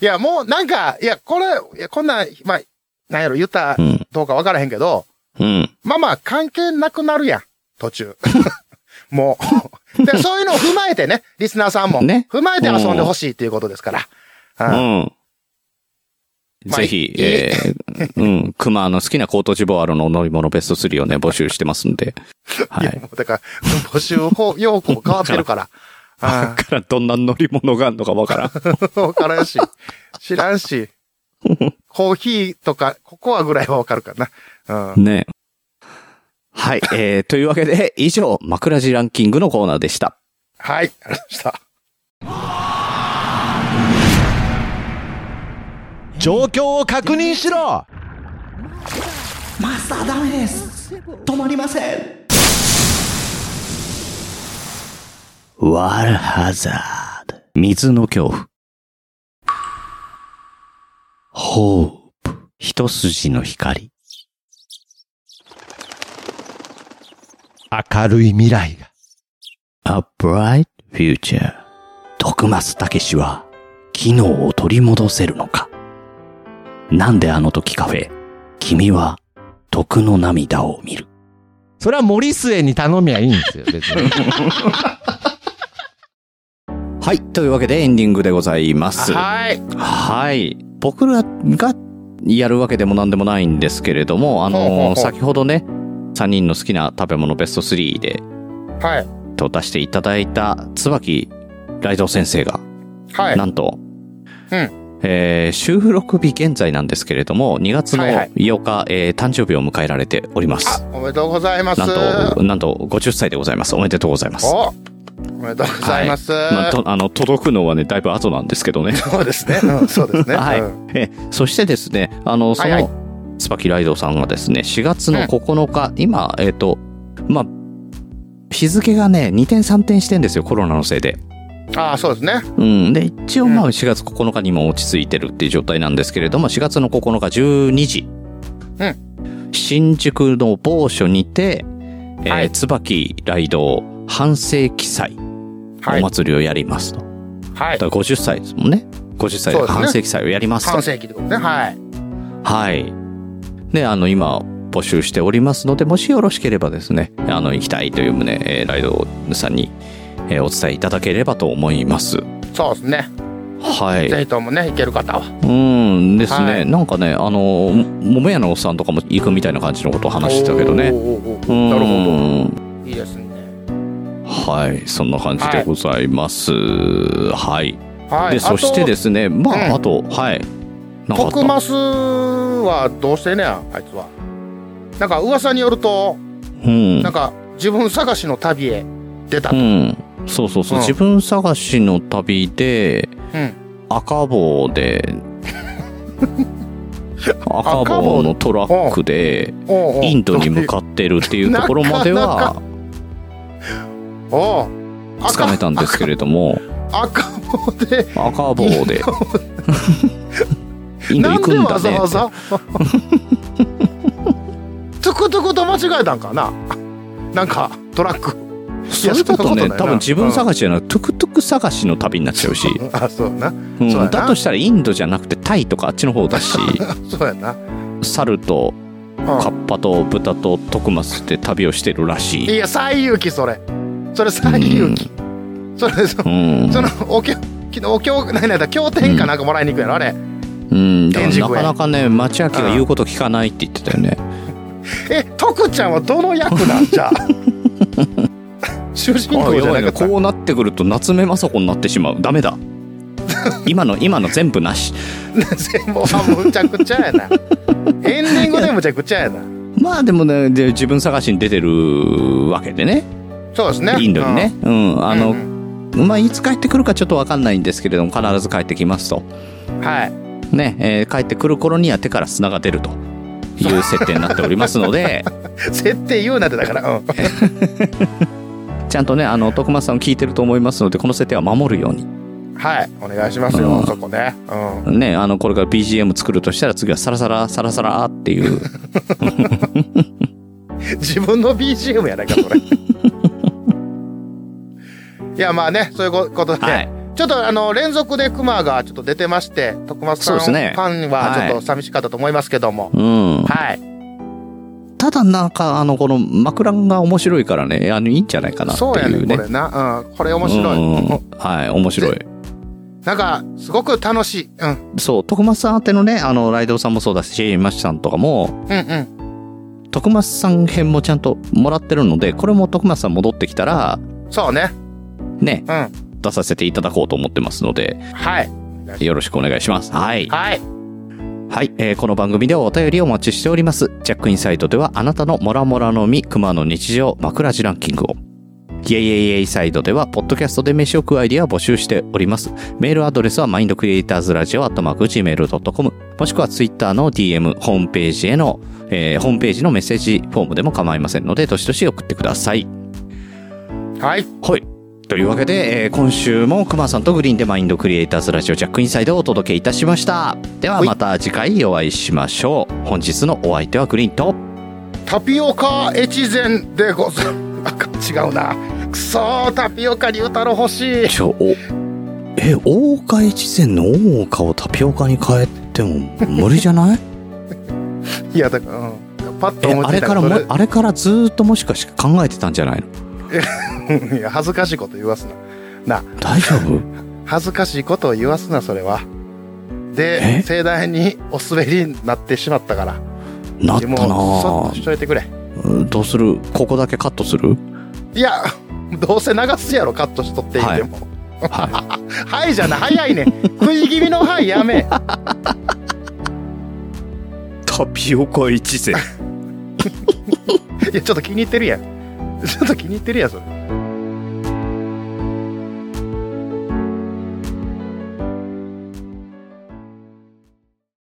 いや、もうなんか、いや、これ、いやこんなん、まあ、なんやろ、言った
うん。
どうかわからへんけど、
うん。
まあまあ、関係なくなるやん。途中。 も う。で、そういうのを踏まえてね、リスナーさんも。
ね
踏まえて遊んでほしいっていうことですから。
う
うん
ん。
まあ
ぜひ
い、い
えー、 うん、熊の好きなコートジボワールの乗り物ベスト3をね、募集してますんで。はい
や、。もうだから、募集方要項変わって るから。
わ
あ
からんどんな乗り物があるのかわからん。
あ、わからんし。知らんし。コーヒーとか、ココアぐらいはわかるからな。う ん。
ねはい。えー、というわけで、以上、枕地ランキングのコーナーでした。
はい、ありがとうございました。
状況を確認しろ
ワールハザード。水の恐怖。ホープ。一筋の光。
明るい未来が
A bright future. 徳松武氏は、機能を取り戻せるのかなんであの時カフェ、君は、徳の涙を見る。
それは森末に頼みゃいいんですよ別に
はい。というわけでエンディングでございます。
はい。
はい。僕らがやるわけでも何でもないんですけれども、あの、
ほうほうほう
先ほどね、3人の好きな食べ物ベスト3で、
はい。
と出していただいた椿雷蔵先生が、
はい。
なんと、
うん。
えー収録日現在なんですけれども、2月の
はいはい
8日、えー誕生日を迎えられております。
おめでとうございます。
なんと、なんと50歳でございます。おめでとうございます。
おおめでとうございます。
まあ、とあの届くのはねだいぶ後なんですけどね
そうですね。うん、そうです ね。
はい、
うん
えそしてですねあのその、
はいはい
スパキライドさんがですね4月の9日、今えっ、とまあ日付がね2点3点してんですよコロナのせいで
ああ、そうですね。
うん、で一応
うん
まあ4月9日にも落ち着いてるっていう状態なんですけれども4月の9日12時、新宿の某所にて、えー
はい
椿雷道半世紀祭
は
お
い。
祭りをやりますと、
はい。
だから50歳ですもんね50歳
そう
で
ですね
半世紀祭をやりますと
半世紀ってことね。はい。
はいであの今募集しておりますのでもしよろしければですねあの行きたいという旨、えー、ライドさんに、えーお伝えいただければと思います
そうですね。
はい
ぜひともね、行ける方は。
うんですね、
はい
なんかねあの桃屋のおっさんとかも行くみたいな感じのことを話してたけどね
おーおーおー
うん
なるほど。いいですね。
はいそんな感じでございますはい、
はい。。
でそしてですすねまあ、
うん
あとはいなんかあっ
徳
た
マスはどうしてんねや、あいつは。なんか噂によると、
うん
なんか自分探しの旅へ出た
う
と。
んそうそうそう、
うん
自分探しの旅で
うん。
赤坊 で赤坊のトラックで
おうおう
インドに向かってるっていうところまでは
おう
つかめたんですけれども
赤棒で
赤棒 で。インド行くんだね
なんでわざわざ トゥクトゥクと間違えたんかななんかトラック
そういうこ
い
と
やそんなことない
ね
な
多分自分探しじゃなくて、トゥクトゥク探しの旅になっちゃうし、
あ そうやな
うん
そうやな
だとしたらインドじゃなくてタイとかあっちの方だし
そうやな、
猿とカ
う
ッパと豚とトクマスで旅をしてるらし
ん、い
い、
や西遊記それそれ西遊記それそ
うん
そのお経お経何やった経典かなんかもらいに行くやろあれ
うん、だから
天竺へ
なかなかね町明が言うこと聞かないって言ってたよね
え徳ちゃんはどの役なんじゃあ主人
あ
公
や
じゃ
ば
ない
ね
かった
こうなってくると夏目雅子になってしまうダメ だ今の今の全部なし
全部はむちゃく ちゃやなエンディングでむちゃくちゃやな
まあでもねで自分探しに出てるわけでね
そうですね
インドにね、うん
うん
あの、
うん
まあ、いつ帰ってくるかちょっとわかんないんですけれども、必ず帰ってきますと。
はい
ね、えー帰ってくる頃には手から砂が出るという設定になっておりますの で、
設定言うなってだから、うん、
ちゃんとね、あの、徳松さん聞いてると思いますので、この設定は守るように。
はいお願いします
う
よ
ん
そこねうん
ね、あの、これから BGM 作るとしたら次はサラサラ、サラサラって いう。
自分の BGM やないかそ れいやまあねそういうことで、
はい。
ちょっとあの連続でクマがちょっと出てまして徳松さん
そうですね
ファンはちょっと寂しかったと思いますけども
うん。
はい、
ただなんか、あの、この枕が面白いからね、あの、いいんじゃないかなって
そうや
い
ね
う
こ
ね。
れな、うん、これ面白い、
うんはい、面白い。
なんかすごく楽しい、うん、
そう、徳松さん宛てのね、あの、ライドウさんもそうだし、マシさんとかも、
うんうん
徳松さん編もちゃんともらってるので、これも徳松さん戻ってきたら、
そうね
ね、
うん
出させていただこうと思ってますので、
はい
よろしくお願いします。はい。
はい
はい、えーこの番組ではお便りをお待ちしております。ジャックインサイトではあなたのモラモラの実、熊の日常、枕地ランキングを。イエイエイエイサイドでは、ポッドキャストで飯を食うアイディアを募集しております。メールアドレスは、マインドクリエイターズラジオ、アットマーク、gmail.com、もしくはツイッターの DM、ホームページへの、えーホームページのメッセージフォームでも構いませんので、どしどし送ってください。
はい
はい。というわけで、えー今週も熊さんとグリーンでマインドクリエイターズラジオジャックインサイドをお届けいたしました。では
はい
また次回お会いしましょう。本日のお相手はグリーンと、
タピオカ越前でござあか違うなくそータピオカ龍太郎欲しい
ちょ、お、え、大岡越前の大岡をタピオカに変えても無理じゃない
いやだから、うん、パッ と
え、
思い
あ
つい
れ
た
から
そ
も、あれからずーっともしかして考えてたんじゃないの
うんいや恥ずかしいこと言わすなな
大丈 夫
恥ずかしいことを言わすなそれは
え
で盛大にお滑りになってしまったから
なった
でも
な
うそっとし
ぁ
といてくれ
うんどうするここだけカットする
いやどうせ流すやろカットしとっていても
は
「 はい」じゃない早いね食い気味の「はい」やめ
い。タピオカ越前。
いやちょっと気に入ってるやんちょっと気に入ってるやんそれ